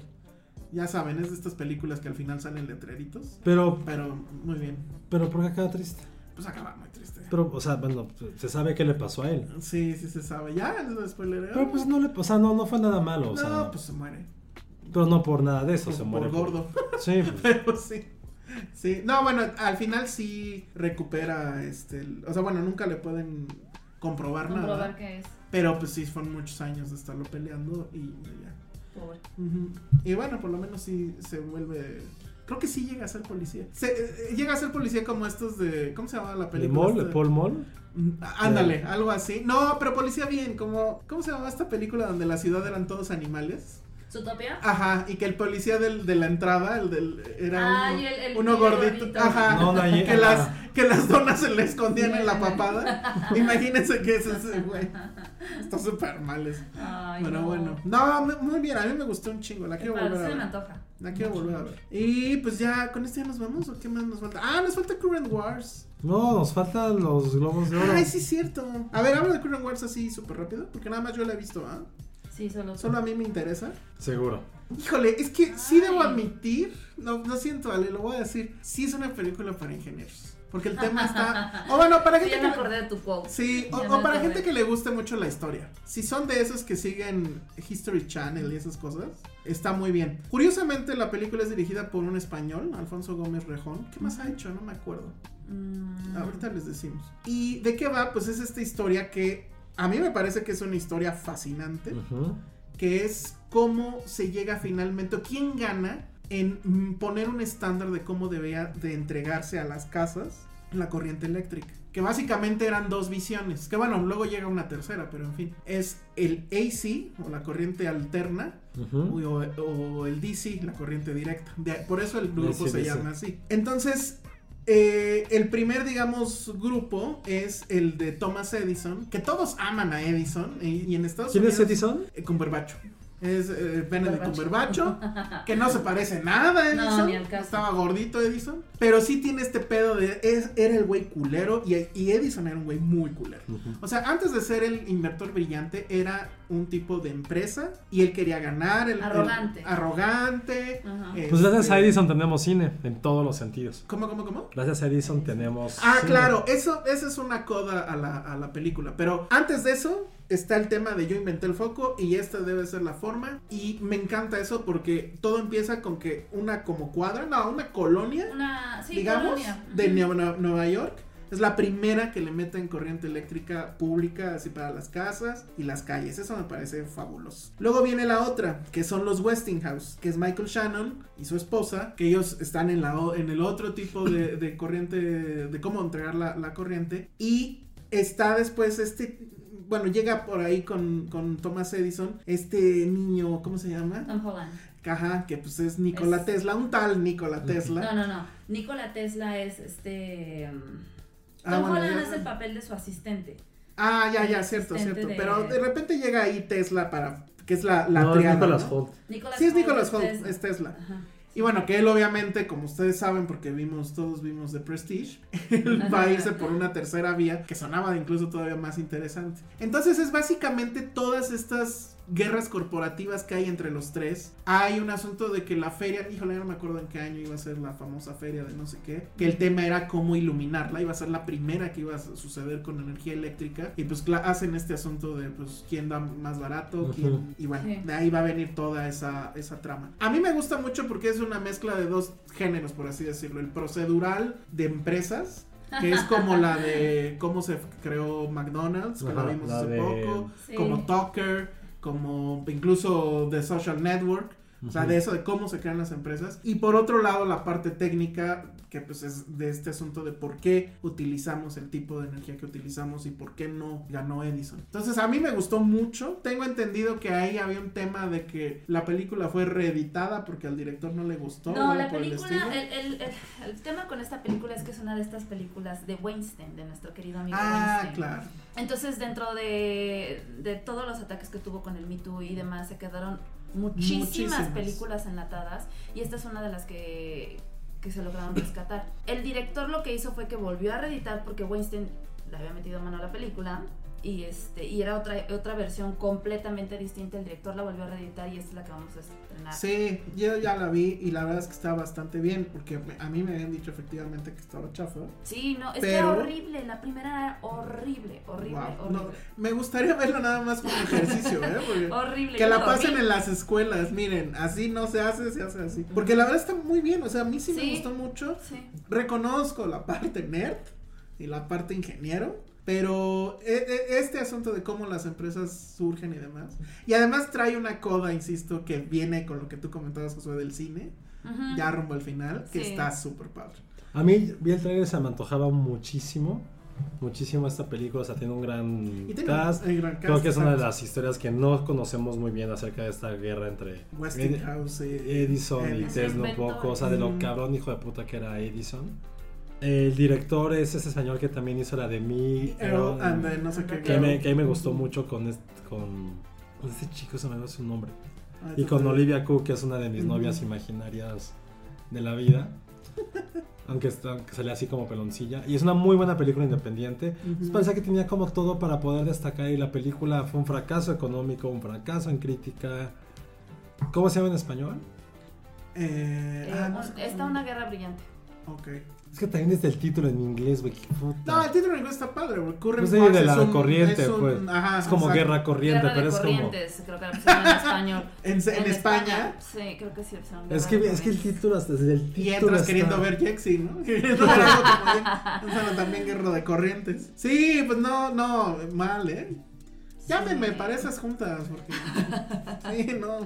E: Ya saben, es de estas películas que al final salen letreritos.
C: Pero,
E: Pero muy bien.
C: pero ¿por qué acaba triste?
E: Pues acaba muy triste.
C: Pero, o sea, bueno, se sabe qué le pasó a él.
E: Sí, sí se sabe. Ya, les doy spoiler.
C: Pero pues no le, o sea, no, no fue nada malo. O sea,
E: No, pues se muere.
C: Pero no por nada de eso
E: Por-
C: se muere.
E: Por gordo.
C: Sí, pues,
E: Pero sí. Sí. No, bueno, al final sí recupera este. el- O sea, bueno, nunca le pueden comprobar,
D: Comprobar
E: nada.
D: que es
E: Pero pues sí, fueron muchos años de estarlo peleando y ya.
D: pobre.
E: Ujú. Y bueno, por lo menos sí se vuelve. Creo que sí llega a ser policía. Se, eh, llega a ser policía como estos de. ¿Cómo se llama la
C: de
E: película?
C: Mall,
E: esta?
C: de Paul Mall.
E: Mm, Ándale, algo así. No, pero policía bien, como. ¿Cómo se llamaba esta película donde la ciudad eran todos animales?
D: ¿Zootopia?
E: Ajá, y que el policía del, de la entrada, el del, era
D: Ah,
E: uno,
D: y el- el
E: uno
D: tío
E: gordito,
D: gordito.
E: ajá,
C: No, la-
E: que,
C: ah.
E: las, que las donas se le escondían en la papada. Imagínense que es ese güey. Está súper mal eso.
D: Ay,
E: Pero
D: no.
E: bueno, no, me- muy bien, a mí me gustó un chingo, la
D: Qué
E: quiero
D: padre,
E: volver
D: se me
E: a ver.
D: antoja.
E: La quiero volver a ver. Y pues ya, ¿con este ya nos vamos o qué más nos falta? Ah, nos falta Current Wars.
C: No, nos faltan los globos de oro.
E: Ay, sí, es cierto. A ver, habla de Current Wars así súper rápido, porque nada más yo la he visto, ¿ah?
D: Sí, solo.
E: Solo a mí me interesa.
C: Seguro.
E: Híjole, es que sí debo
D: Ay.
E: admitir, no, no siento, Ale, lo voy a decir, sí es una película para ingenieros. Porque el tema está. O bueno, para
D: Sí,
E: gente
D: ya
E: que.
D: me
E: le-
D: acordé de tu quote.
E: Sí, o,
D: Ya
E: o
D: me
E: para
D: acordé.
E: gente que le guste mucho la historia. Si son de esos que siguen History Channel y esas cosas, está muy bien. Curiosamente, la película es dirigida por un español, Alfonso Gómez Rejón. ¿Qué más ha hecho? No me acuerdo.
D: Mm,
E: Ahorita les decimos. ¿Y de qué va? Pues es esta historia que a mí me parece que es una historia fascinante
C: Ujú.
E: que es cómo se llega finalmente, o quién gana en mm, poner un estándar de cómo debía de entregarse a las casas la corriente eléctrica. Que básicamente eran dos visiones. Que bueno, luego llega una tercera, pero en fin. Es el AC, o la corriente alterna,
C: Ujú.
E: o, o el DC, la corriente directa. De- por eso el grupo
C: DC.
E: se llama así. Entonces, eh, el primer, digamos, grupo es el de Thomas Edison, que todos aman a Edison. eh, Y, y en Estados
C: ¿Quién
E: Unidos.
C: es Edison?
E: Eh, Cumberbacho. Es eh, Benedict
D: Cumberbatch.
E: Cumberbacho, que no se parece nada a
D: No,
E: Edison.
D: ni al caso.
E: Estaba gordito Edison. Pero sí tiene este pedo de. es- era el güey culero y, y Edison era un güey muy culero. O sea, antes de ser el inventor brillante, era un tipo de empresa y él quería ganar. El, el-
D: Arrogante.
E: arrogante.
D: Ajá.
C: Pues gracias a
E: este,
C: Edison tenemos cine en todos los sentidos.
E: ¿Cómo, cómo, cómo?
C: Gracias a Edison tenemos.
E: Ah,
C: cine.
E: claro, eso, esa es una coda a la, a la película. Pero antes de eso está el tema de yo inventé el foco y esta debe ser la forma. Y me encanta eso porque todo empieza con que una como cuadra, no, una colonia,
D: Una. Sí,
E: digamos,
D: colonia.
E: de
D: Ujú.
E: Nueva, Nueva York. Es la primera que le meten corriente eléctrica pública así para las casas y las calles. Eso me parece fabuloso. Luego viene la otra, que son los Westinghouse, que es Michael Shannon y su esposa, que ellos están en, la, o- en el otro tipo de, de corriente, de cómo entregar la, la corriente. Y está después este, bueno, llega por ahí con, con Thomas Edison, este niño, ¿cómo se llama?
D: Tom Holland.
E: Ajá, que pues es Nikola
D: Ah. Es-
E: Tesla, un tal Nikola Tesla.
D: No, no, no. Nikola Tesla es este. mm,
E: Ah,
D: Tom
E: bueno,
D: Holland
E: ya-
D: hace el papel de su asistente.
E: Ah, ya, ya, cierto,
D: asistente
E: cierto.
D: de-
E: Pero de repente llega ahí Tesla para. que es la, la
C: no, es
E: triada.
C: Nicolas
E: ¿no?
C: Holt.
D: Nicolas
E: Sí, es
D: Holt
E: Nicolas Holt, este, es Tesla.
D: Ajá.
E: Y bueno, que él obviamente, como ustedes saben, porque vimos, todos vimos The Prestige, él va a irse por una tercera vía que sonaba incluso todavía más interesante. Entonces es básicamente todas estas guerras corporativas que hay entre los tres. Hay un asunto de que la feria, híjole, no me acuerdo en qué año iba a ser la famosa feria de no sé qué, que el tema era cómo iluminarla, iba a ser la primera que iba a suceder con energía eléctrica. Y pues cla- hacen este asunto de pues quién da más barato, quién...
C: Ujú.
E: Y bueno,
D: Sí.
E: de ahí va a venir toda esa, esa trama. A mí me gusta mucho porque es una mezcla de dos géneros, por así decirlo. El procedural de empresas que es como la de cómo se creó McDonald's, que
C: Ajá,
E: la vimos
C: la
E: hace
C: de-
E: poco,
D: Sí.
E: como Tucker, como incluso The Social Network. O sea,
C: Ujú.
E: de eso, de cómo se crean las empresas. Y por otro lado, la parte técnica, que pues es de este asunto de por qué utilizamos el tipo de energía que utilizamos y por qué no ganó Edison. Entonces, a mí me gustó mucho. Tengo entendido que ahí había un tema de que la película fue reeditada porque al director no le gustó. o
D: No,
E: algo
D: la
E: por el estilo.
D: película, el, el- el- el tema con esta película es que es una de estas películas de Weinstein, de nuestro querido amigo
E: Ah,
D: Weinstein.
E: claro.
D: Entonces, dentro de, de todos los ataques que tuvo con el Me Too y demás, se quedaron muchísimas,
E: Muchísimas.
D: películas enlatadas y esta es una de las que, que se lograron rescatar. El director lo que hizo fue que volvió a reeditar porque Weinstein le había metido mano a la película y, este, y era otra, otra versión completamente distinta. El director la volvió a reeditar y esta es la que vamos a estrenar.
E: Sí, yo ya la vi y la verdad es que está bastante bien porque a mí me habían dicho efectivamente que estaba chafa.
D: Sí, no, es
E: Pero-
D: que era horrible, la primera era horrible, horrible,
E: Wow, no,
D: horrible.
E: me gustaría verlo nada más como ejercicio, ¿eh? Porque-
D: Horrible.
E: Que
D: yo
E: la
D: lo
E: pasen
D: vi.
E: en las escuelas, miren, así no se hace, se hace así. Porque la verdad está muy bien, o sea, a mí sí, me
D: Sí.
E: gustó mucho.
D: Sí.
E: Reconozco la parte nerd y la parte ingeniero, pero e- e- este asunto de cómo las empresas surgen y demás. Y además trae una coda, insisto, que viene con lo que tú comentabas, Josué, del cine,
D: Ujú.
E: ya rumbo al final, que
D: Sí.
E: está súper padre.
C: A mí, vi el trailer, se me antojaba muchísimo. Muchísimo esta película, o sea, tiene un gran
E: Y tiene
C: cast.
E: el gran
C: Creo
E: cast,
C: que es una de
E: exacto.
C: las historias que no conocemos muy bien acerca de esta guerra entre
E: Westinghouse, y-
C: Edison y
E: eh, Edison.
C: Tesla un
D: Inventor.
C: poco, o sea, de lo
E: Mm.
C: cabrón hijo de puta que era Edison. El director es ese señor que también hizo la de Me,
E: Earl
C: Earl,
E: and the no sé qué.
C: que, me,
E: girl.
C: que a mí me gustó mucho con este, con con este chico, se me olvidó su nombre.
E: Ah,
C: Y
E: eso
C: con
E: fue-
C: Olivia Cook, que es una de mis
E: Ujú.
C: novias imaginarias de la vida. Aunque, está, aunque sale así como peloncilla. Y es una muy buena película independiente. Entonces parecía que tenía como todo para poder destacar. Y la película fue un fracaso económico, un fracaso en crítica. ¿Cómo se llama en español?
E: Eh,
D: Eh,
E: ah, no
D: un-
E: sé cómo-
D: está una guerra brillante.
E: Ok.
C: Es que también es el título en inglés, güey. qué puta.
E: No, el título en inglés está padre, güey. Current
C: Pues sí,
E: Wars
C: de
E: es
C: la
E: un-
C: corriente,
E: es un-
C: pues.
E: ajá,
C: es como
E: exacto.
C: guerra corriente,
D: guerra
C: pero
D: de
C: es como.
D: corrientes, creo que la pusieron en español.
E: En, en España.
D: Sí, creo que sí. pusieron guerra
C: Es que,
D: de
C: es que el
D: corrientes.
C: título, hasta desde el título.
E: Y entras
C: está-
E: queriendo ver Jexy, ¿no? Queriendo ver algo como de- o sea, también guerra de corrientes. Sí, pues no, no, mal, ¿eh? Llámenme para esas juntas, porque. Sí, no.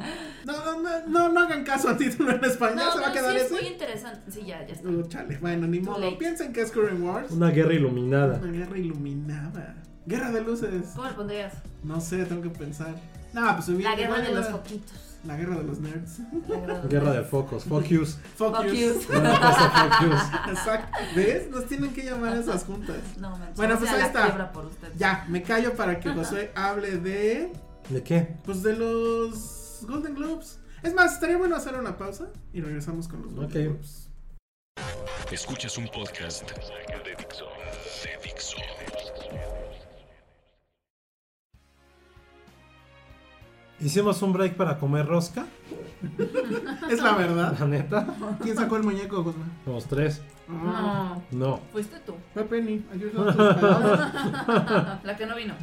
E: No, no, no, no hagan caso a título en español,
D: No,
E: se va a
D: no,
E: quedar
D: sí, es muy
E: ese.
D: interesante. Sí, ya, ya está.
E: Oh, chale, bueno, ni
D: Too
E: modo.
D: late.
E: Piensen que es Current Wars.
C: Una guerra iluminada.
E: Una guerra iluminada. Guerra de luces.
D: ¿Cómo le pondrías?
E: No sé, tengo que pensar. No, pues hubiera-
D: La guerra
E: igual
D: de los
E: era-
D: foquitos.
E: La guerra de los nerds.
D: La guerra de
C: Guerra
D: los
C: de focos. Fuck yous.
E: Fuck, yous.
D: foquitos.
C: Una cosa, fuck yous.
E: Exacto. ¿Ves? Nos tienen que llamar a esas juntas.
D: No, manches,
E: Bueno,
D: o
E: pues
D: sea,
E: ahí
D: la
E: está.
D: quiebra por usted.
E: Ya, me callo para que Josué hable de.
C: ¿De qué?
E: Pues de los Golden Globes. Es más, estaría bueno hacer una pausa y regresamos con los Golden
C: Ok.
E: Globes.
B: Escuchas un podcast de Dixo. De Dixo.
C: Hicimos un break para comer rosca,
E: Es la verdad.
C: la neta.
E: ¿Quién sacó el muñeco, Josué?
C: Los tres.
E: Ah,
D: No,
C: No.
D: fuiste tú. Ah,
E: Fue Penny. Ayúdanos con tus palabras.
D: La que no vino.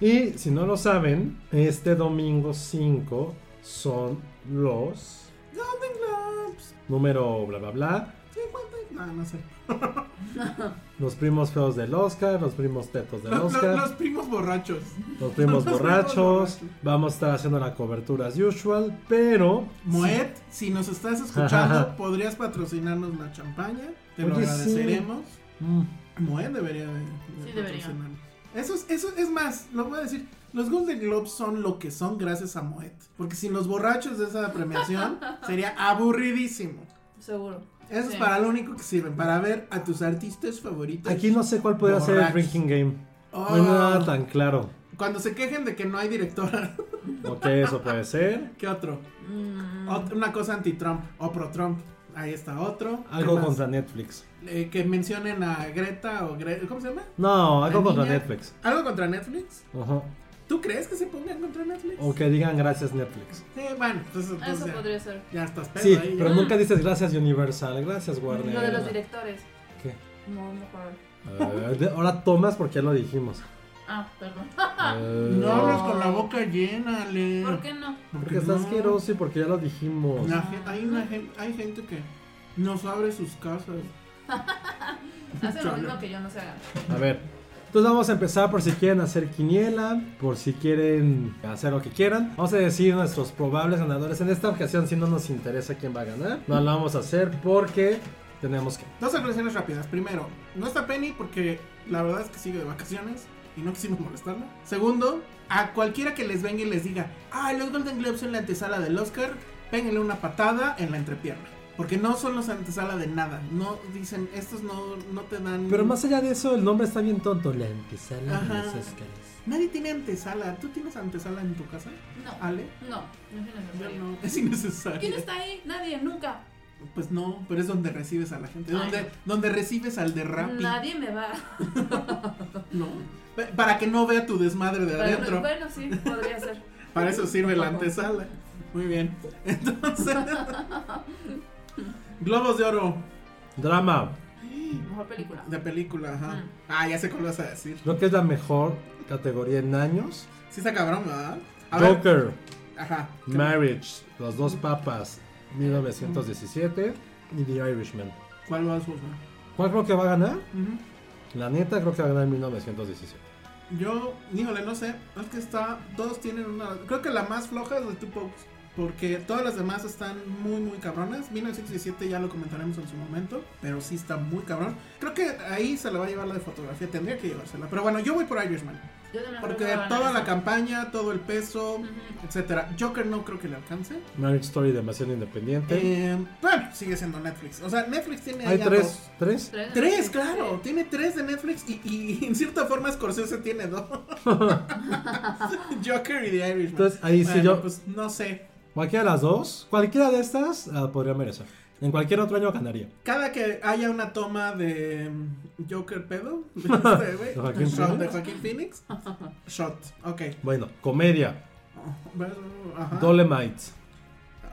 C: Y si no lo saben, este domingo 5 son los
E: Golden Globes.
C: número bla bla bla.
E: 50. No, no sé.
C: Los primos feos del Oscar, los primos tetos del
E: Los, los- los
C: Oscar,
E: primos borrachos.
C: los primos
E: los primos
C: borrachos.
E: borrachos.
C: Vamos a estar haciendo la cobertura as usual, pero.
E: Moet, si nos estás escuchando, podrías patrocinarnos la champaña. Te lo
C: Oye, sí.
E: agradeceremos.
C: Mm,
E: Moet debería de, de
D: Sí, debería.
E: patrocinarnos. Eso es, eso es más, lo voy a decir. Los Golden Globes son lo que son gracias a Moet. Porque sin los borrachos de esa premiación sería aburridísimo.
D: Seguro.
E: Eso es
D: Sí.
E: para lo único que sirven, para ver a tus artistas favoritos.
C: Aquí no sé cuál podría ser el
E: Borrachos.
C: drinking game.
E: Oh,
C: No hay nada tan claro.
E: Cuando se quejen de que no hay directora,
C: Ok, eso puede ser.
E: ¿qué otro?
D: Mm,
E: Ot- una cosa anti-Trump o pro-Trump. Ahí está otro. ¿Qué
C: Algo
E: más?
C: contra Netflix.
E: Eh, que mencionen a Greta o Gre- ¿cómo se llama?
C: No, algo
E: La
C: contra
E: niña.
C: Netflix.
E: ¿Algo contra Netflix?
C: Ajá.
E: ¿Tú crees que se pongan contra Netflix?
C: O que digan gracias Netflix.
E: Sí, bueno, entonces, entonces
D: Eso
E: ya,
D: podría ser.
E: ya estás pedo
C: Sí,
E: ahí.
C: pero
E: ya.
C: nunca dices gracias Universal, gracias Warner.
D: Lo de los directores.
C: ¿Qué?
D: No, no, por-
C: Eh, de- ahora tomas porque ya lo dijimos.
D: Ah, perdón.
C: Eh,
E: No hables con la boca llena, Ale.
D: ¿Por qué no?
C: Porque está asqueroso y porque ya lo dijimos.
E: La gen- hay, una gen- hay gente que nos abre sus casas.
D: Hacen lo mismo que yo, no se hagan.
C: A ver. Entonces vamos a empezar por si quieren hacer quiniela, por si quieren hacer lo que quieran. Vamos a decir nuestros probables ganadores. En esta ocasión si no nos interesa quién va a ganar. No lo vamos a hacer porque tenemos que...
E: Dos aclaraciones rápidas. Primero, no está Penny porque la verdad es que sigue de vacaciones y no quisimos molestarla. Segundo, a cualquiera que les venga y les diga, ah, los Golden Globes son la antesala del Oscar, péguenle una patada en la entrepierna. Porque no son los antesala de nada. No dicen, estos no, no te dan.
C: Pero más allá de eso, el nombre está bien tonto. La antesala
E: Ajá.
C: de los Oscars.
E: Nadie tiene antesala. ¿Tú tienes antesala en tu casa?
D: No.
E: ¿Ale?
D: No, no es
E: Yo
D: necesario.
E: no. Es innecesario.
D: ¿Quién está ahí? Nadie, nunca.
E: Pues no, pero es donde recibes a la gente.
D: Ay,
E: Donde,
D: no.
E: donde recibes al de Rappi.
D: Nadie me va.
E: No. Pa- Para que no vea tu desmadre de
D: Bueno,
E: adentro.
D: bueno, sí, podría ser.
E: Para eso sirve la antesala. Muy bien. Entonces. Globos de oro
C: Drama.
D: Mejor película.
E: de película, ajá.
D: Mm.
E: Ah, ya sé cuál vas a decir.
C: Creo que es la mejor categoría en años.
E: Sí está cabrón, ¿verdad? A ver,
C: Joker.
E: Ajá.
C: Marriage. Los dos papas. 1917. Y The Irishman.
E: ¿Cuál vas a usar?
C: ¿Cuál creo que va a ganar?
E: Ujú.
C: La neta creo que va a ganar 1917.
E: Yo, híjole, no sé. Es que está. Todos tienen una. Creo que la más floja es de Two Popes. Porque todas las demás están muy, muy cabronas. 1917 ya lo comentaremos en su momento. Pero sí está muy cabrón. Creo que ahí se la va a llevar la de fotografía. Tendría que llevársela. Pero bueno, yo voy por Irishman.
D: Yo también creo
E: Porque
D: que va a ganar
E: toda la
D: esa.
E: campaña, todo el peso,
D: Ujú.
E: etcétera. Joker no creo que le alcance.
C: Marriage Story demasiado independiente.
E: Eh, bueno, sigue siendo Netflix. O sea, Netflix tiene ahí
C: Hay
E: a
C: tres.
E: dos.
C: ¿Tres?
D: Tres,
E: Tres,
D: sí.
E: claro. Tiene tres de Netflix y, y en cierta forma Scorsese tiene dos. Joker y The Irishman.
C: Entonces, ahí sí
E: Bueno,
C: yo-
E: Pues no sé.
C: Cualquiera de las dos. Cualquiera de estas ah, podría merecer. En cualquier otro año ganaría.
E: Cada que haya una toma de mm, Joker pedo, de, este, güey,
C: ¿De Joaquín
E: shot
C: Phoenix?
E: de Joaquín Phoenix, shot, ok.
C: Bueno, comedia. Ah.
E: Ajá.
C: Dolemite.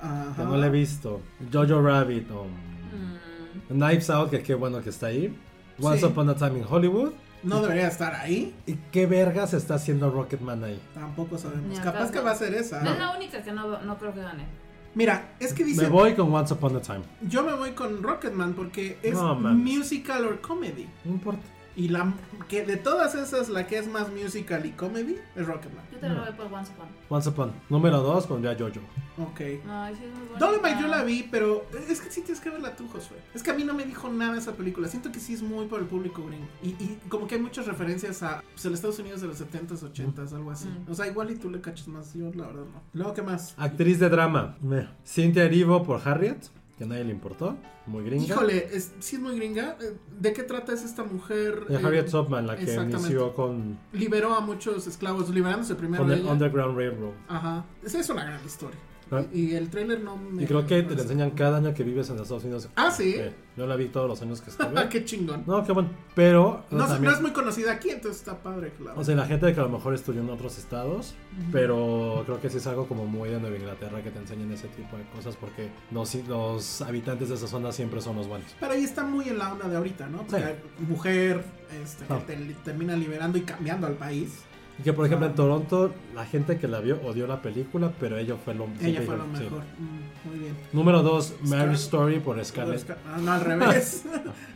E: Ajá.
C: Que no la he visto. Jojo Rabbit. o
D: Mm,
C: Knives Out, que qué bueno que está ahí. Once
E: Sí.
C: Upon a Time in Hollywood.
E: No debería estar ahí.
C: ¿Y qué vergas está haciendo Rocketman ahí?
E: Tampoco sabemos.
D: Ni al
E: Capaz
D: caso.
E: que va a ser esa.
D: Es la única que no, no creo que gane.
E: Mira, es que dice.
C: Me voy con Once Upon a Time.
E: Yo me voy con Rocketman porque es
C: No, mames.
E: musical or comedy.
C: No importa.
E: Y la que de todas esas, la que es más musical y comedy es Rocketman.
D: Yo te lo voy por Once Upon.
C: Once Upon. Número 2 pondría Jojo.
E: Ok.
D: No, sí es muy buena.
E: Dolemite yo la vi, pero es que sí tienes que verla tú, Josué. Es que a mí no me dijo nada esa película. Siento que sí es muy para el público gringo. Y, y como que hay muchas referencias a pues, el Estados Unidos de los 70s, 80s, algo así.
D: Mm.
E: O sea, igual y tú le cachas más. Yo la verdad no. Luego, ¿qué más?
C: Actriz de drama. Me. Cynthia Erivo por Harriet. Que a nadie le importó. Muy gringa.
E: Híjole, es, sí es muy gringa. Eh, ¿De qué trata es esta mujer?
C: Y
E: Eh,
C: Harriet Tubman, la que
E: exactamente.
C: inició con,
E: liberó a muchos esclavos, liberándose primero
C: con
E: de
C: el
E: ella.
C: Underground Railroad.
E: Ajá. Esa es una gran historia.
C: Ah.
E: Y, y el trailer no me.
C: Y creo que te la enseñan cada año que vives en Estados Unidos.
E: Ah, sí.
C: Eh, Yo la vi todos los años que
E: Ah,
C: estuve.
E: qué chingón.
C: No, qué bueno. Pero.
E: No, sé,
C: también-
E: no es muy conocida aquí, entonces está padre, claro.
C: O sea, la gente que a lo mejor estudió en otros estados, pero creo que sí es algo como muy de Nueva Inglaterra que te enseñen ese tipo de cosas porque los, los habitantes de esa zona siempre son los buenos.
E: pero ahí está muy en la onda de ahorita, ¿no? Porque
C: Sí.
E: hay mujer este, que
C: Ah.
E: te li- termina liberando y cambiando al país.
C: Y que por ejemplo en
E: Ah.
C: Toronto la gente que la vio odió la película, pero ella fue lo
E: Ella
C: siempre
E: fue lo
C: dijo- sí.
E: mejor. Mm, muy bien.
C: Número 2,
E: Scar-
C: Marriage Story por Scarlett.
E: Scar- ah, no, al revés.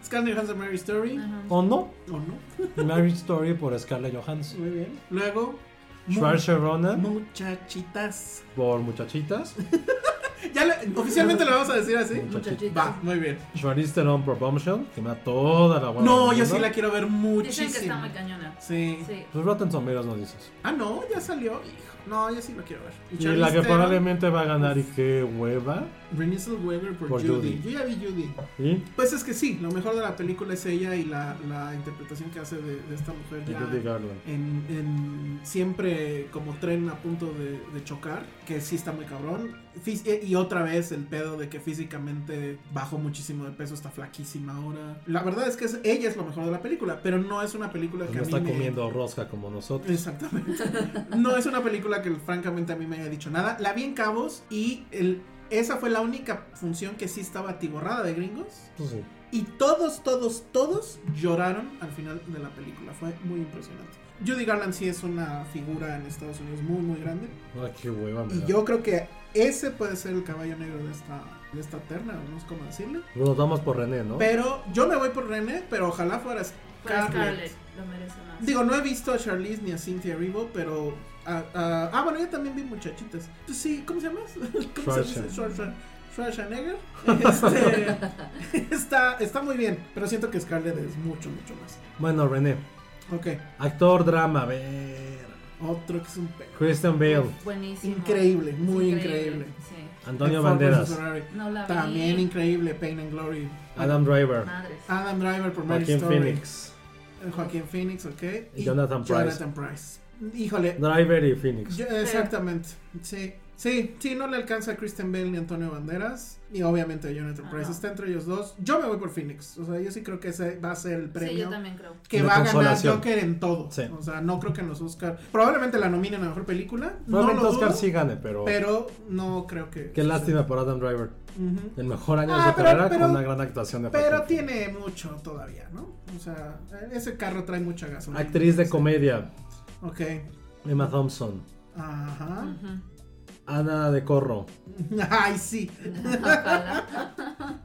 E: Scarlett Johansson Mary Story.
D: Ajá.
C: ¿O no?
E: ¿O no?
C: Marriage Story por Scarlett Johansson.
E: Muy bien. Luego.
C: Saoirse Ronan
E: mu- Muchachitas.
C: por Muchachitas.
E: Ya le- oficialmente le vamos a decir así.
C: Muchachitas.
E: Va, muy bien.
C: Charlize Theron por Bombshell, que me da toda la buena.
E: No,
C: del
E: yo
C: mundo.
E: sí la quiero ver
D: Dicen que está
E: muchísimo.
D: muy cañona.
E: Sí.
D: Sí.
C: Pues Rotten Tomatoes nos dices.
E: Ah, no, ya salió. Hijo. No, yo sí la quiero ver.
C: Y
E: Charlize
C: la que
E: Theron,
C: probablemente va a ganar y qué hueva.
E: Renée Weber por,
C: Por
E: Judy.
C: Judy.
E: Yo ya vi Judy.
C: ¿Y?
E: Pues es que sí, lo mejor de la película es ella y la, la interpretación que hace de, de esta mujer
C: Y
E: ya
C: Judy Garland.
E: en, en- siempre como tren a punto de, de chocar, que sí está muy cabrón. Fis- eh, y otra vez el pedo de que físicamente bajó muchísimo de peso, está flaquísima ahora. La verdad es que es- ella es lo mejor de la película, pero no es una película que
C: Pues No
E: a mí
C: está
E: me-
C: comiendo rosca como nosotros.
E: Exactamente. No es una película que francamente a mí me haya dicho nada. La vi en Cabos y el, esa fue la única función que sí estaba atiborrada de gringos.
C: Pues sí.
E: Y todos, todos, todos lloraron al final de la película. Fue muy impresionante. Judy Garland sí es una figura en Estados Unidos muy, muy grande.
C: Ay, Ah, qué hueva, me
E: Y
C: da.
E: yo creo que ese puede ser el caballo negro de esta, de esta terna, o no sé cómo decirle.
C: Nos vamos por René, ¿no?
E: Pero yo me voy por René, pero ojalá fuera
D: Pero
E: Scarlett.
D: Scarlett lo merece más.
E: Digo, no he visto a Charlize ni a Cynthia Erivo, pero... ah, ah, ah, bueno, yo también vi muchachitas. Pues sí, ¿cómo se llama? ¿Cómo se dice?
C: Schwarzen-
E: Schwarzen- Schwarzenegger. Este, está, está muy bien, pero siento que Scarlett es mucho, mucho más.
C: Bueno, René.
E: Ok,
C: Actor drama, a ver.
E: otro que es un pe-
C: Christian Bale.
D: Buenísimo.
E: Increíble, muy increíble.
D: Sí.
C: Antonio
E: Ford
C: Banderas.
E: versus Ferrari.
D: No la vi.
E: También increíble, Pain and Glory.
C: Adam Driver.
D: Madres.
E: Adam Driver por Mary
C: Joaquín
E: Story.
C: Phoenix.
E: Eh, Joaquín Phoenix, ok.
C: Jonathan Pryce.
E: Jonathan Price. Híjole.
C: Driver y Phoenix.
E: yo- exactamente. Sí. Sí, sí, no le alcanza a Christian Bale ni a Antonio Banderas. Y obviamente a Jonathan
D: Ah,
E: Price.
D: no.
E: Está entre ellos dos. Yo me voy por Phoenix. O sea, yo sí creo que ese va a ser el
D: Sí, yo
E: premio.
D: también creo.
E: que
C: La
E: va a ganar
C: consolación.
E: Joker en todo.
C: Sí.
E: O sea, no creo que en los Oscar. Probablemente la nominen a mejor película. No
C: Probablemente
E: lo
C: Oscar
E: dudo,
C: sí gane, pero.
E: Pero no creo que.
C: Qué lástima por Adam Driver.
E: Ujú.
C: El mejor año de
E: Ah,
C: su
E: pero-
C: carrera
E: pero-
C: con una gran actuación de
E: Pero
C: Joaquin Phoenix.
E: tiene mucho todavía, ¿no? O sea, ese carro trae mucha gasolina.
C: Actriz de comedia.
E: Ok.
C: Emma Thompson.
E: Ajá.
C: Ana de Corro.
E: Ay, sí.
D: Ojalá.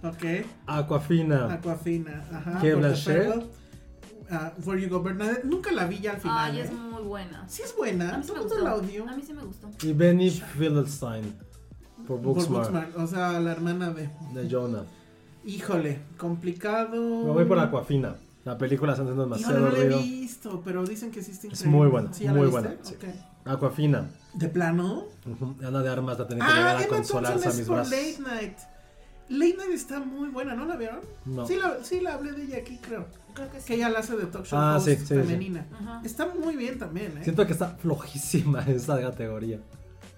E: Ok.
C: Aquafina.
E: Aquafina. Ajá.
C: Kate
E: Por the
C: Blanchett.
E: Farewell. Ah, Where You Go Bernadette. Nunca la vi ya al final.
D: Ay, es
E: ¿eh?
D: muy buena.
E: Sí es
D: A
E: buena.
D: mí sí me
E: Todo el
D: gustó.
E: audio.
D: A mí sí me gustó.
C: Y Benny Fiddlestein. Por
E: Por
C: Booksmart.
E: Booksmart, O sea, la hermana de...
C: De Jonah.
E: Híjole, complicado.
C: Me voy por Aquafina. La película se haciendo
E: Híjole, no
C: demasiado
E: la he
C: ruido.
E: visto, pero dicen que sí está
C: Es
E: increíble.
C: muy buena,
E: ¿Sí ya
C: muy
E: la
C: buena,
E: viste?
C: sí.
E: Ok.
C: Aquafina.
E: ¿De plano?
C: Ujú. Ana de Armas la tenía que llevar
E: Ah,
C: a
E: Emma
C: consolarse a
E: Thompson es
C: mis
E: por
C: brazos.
E: Late Night. Late Night está muy buena, ¿no la vieron?
C: No.
E: Sí, la, sí la hablé de ella aquí, creo.
D: Creo que Pues sí.
E: Que ella la hace de talk show
C: Ah,
E: host
C: sí, sí, sí.
E: femenina.
D: Ajá.
E: Está muy bien también, ¿eh?
C: Siento que está flojísima esa categoría.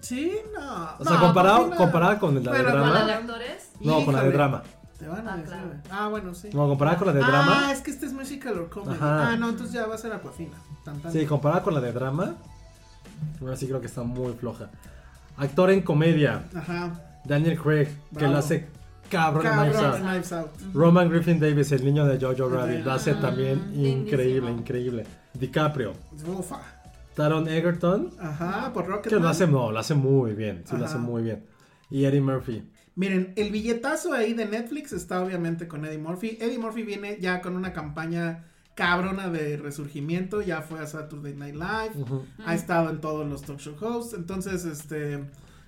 E: Sí, no.
C: O sea,
E: no,
C: comparado-
E: Paulina-
C: comparada con la de
E: Bueno,
C: drama.
D: ¿Con la de
C: ¿Drama?
D: actores?
C: No, con la de
E: Híjole,
C: drama.
E: Te van a
D: Ah,
E: decir.
D: claro.
E: Ah, bueno, sí.
C: No, comparada con la de
E: Ah,
C: drama.
E: es que este es musical or comedy.
C: Ajá.
E: Ah, no, entonces ya va a ser Aquafina. Tan, tan.
C: Sí, comparada con la de drama. Ahora sí creo que está muy floja. Actor en comedia.
E: Ajá.
C: Daniel Craig, que
E: Bravo.
C: la hace cabrón. en Knives
E: Cabrón,
C: Out.
E: Knives Out.
C: Roman Griffin Davis, el niño de Jojo Rabbit,
E: Increíble.
C: la hace también
D: lindísimo.
C: increíble, increíble. DiCaprio.
E: Ufa.
C: Taron Egerton,
E: Ajá, por Rocket.
C: que lo hace, no, lo hace muy bien. Sí, lo
E: Ajá.
C: hace muy bien. Y Eddie Murphy.
E: Miren, el billetazo ahí de Netflix está obviamente con Eddie Murphy. Eddie Murphy viene ya con una campaña cabrona de resurgimiento, ya fue a Saturday Night Live, ha estado en todos los talk show hosts, entonces este...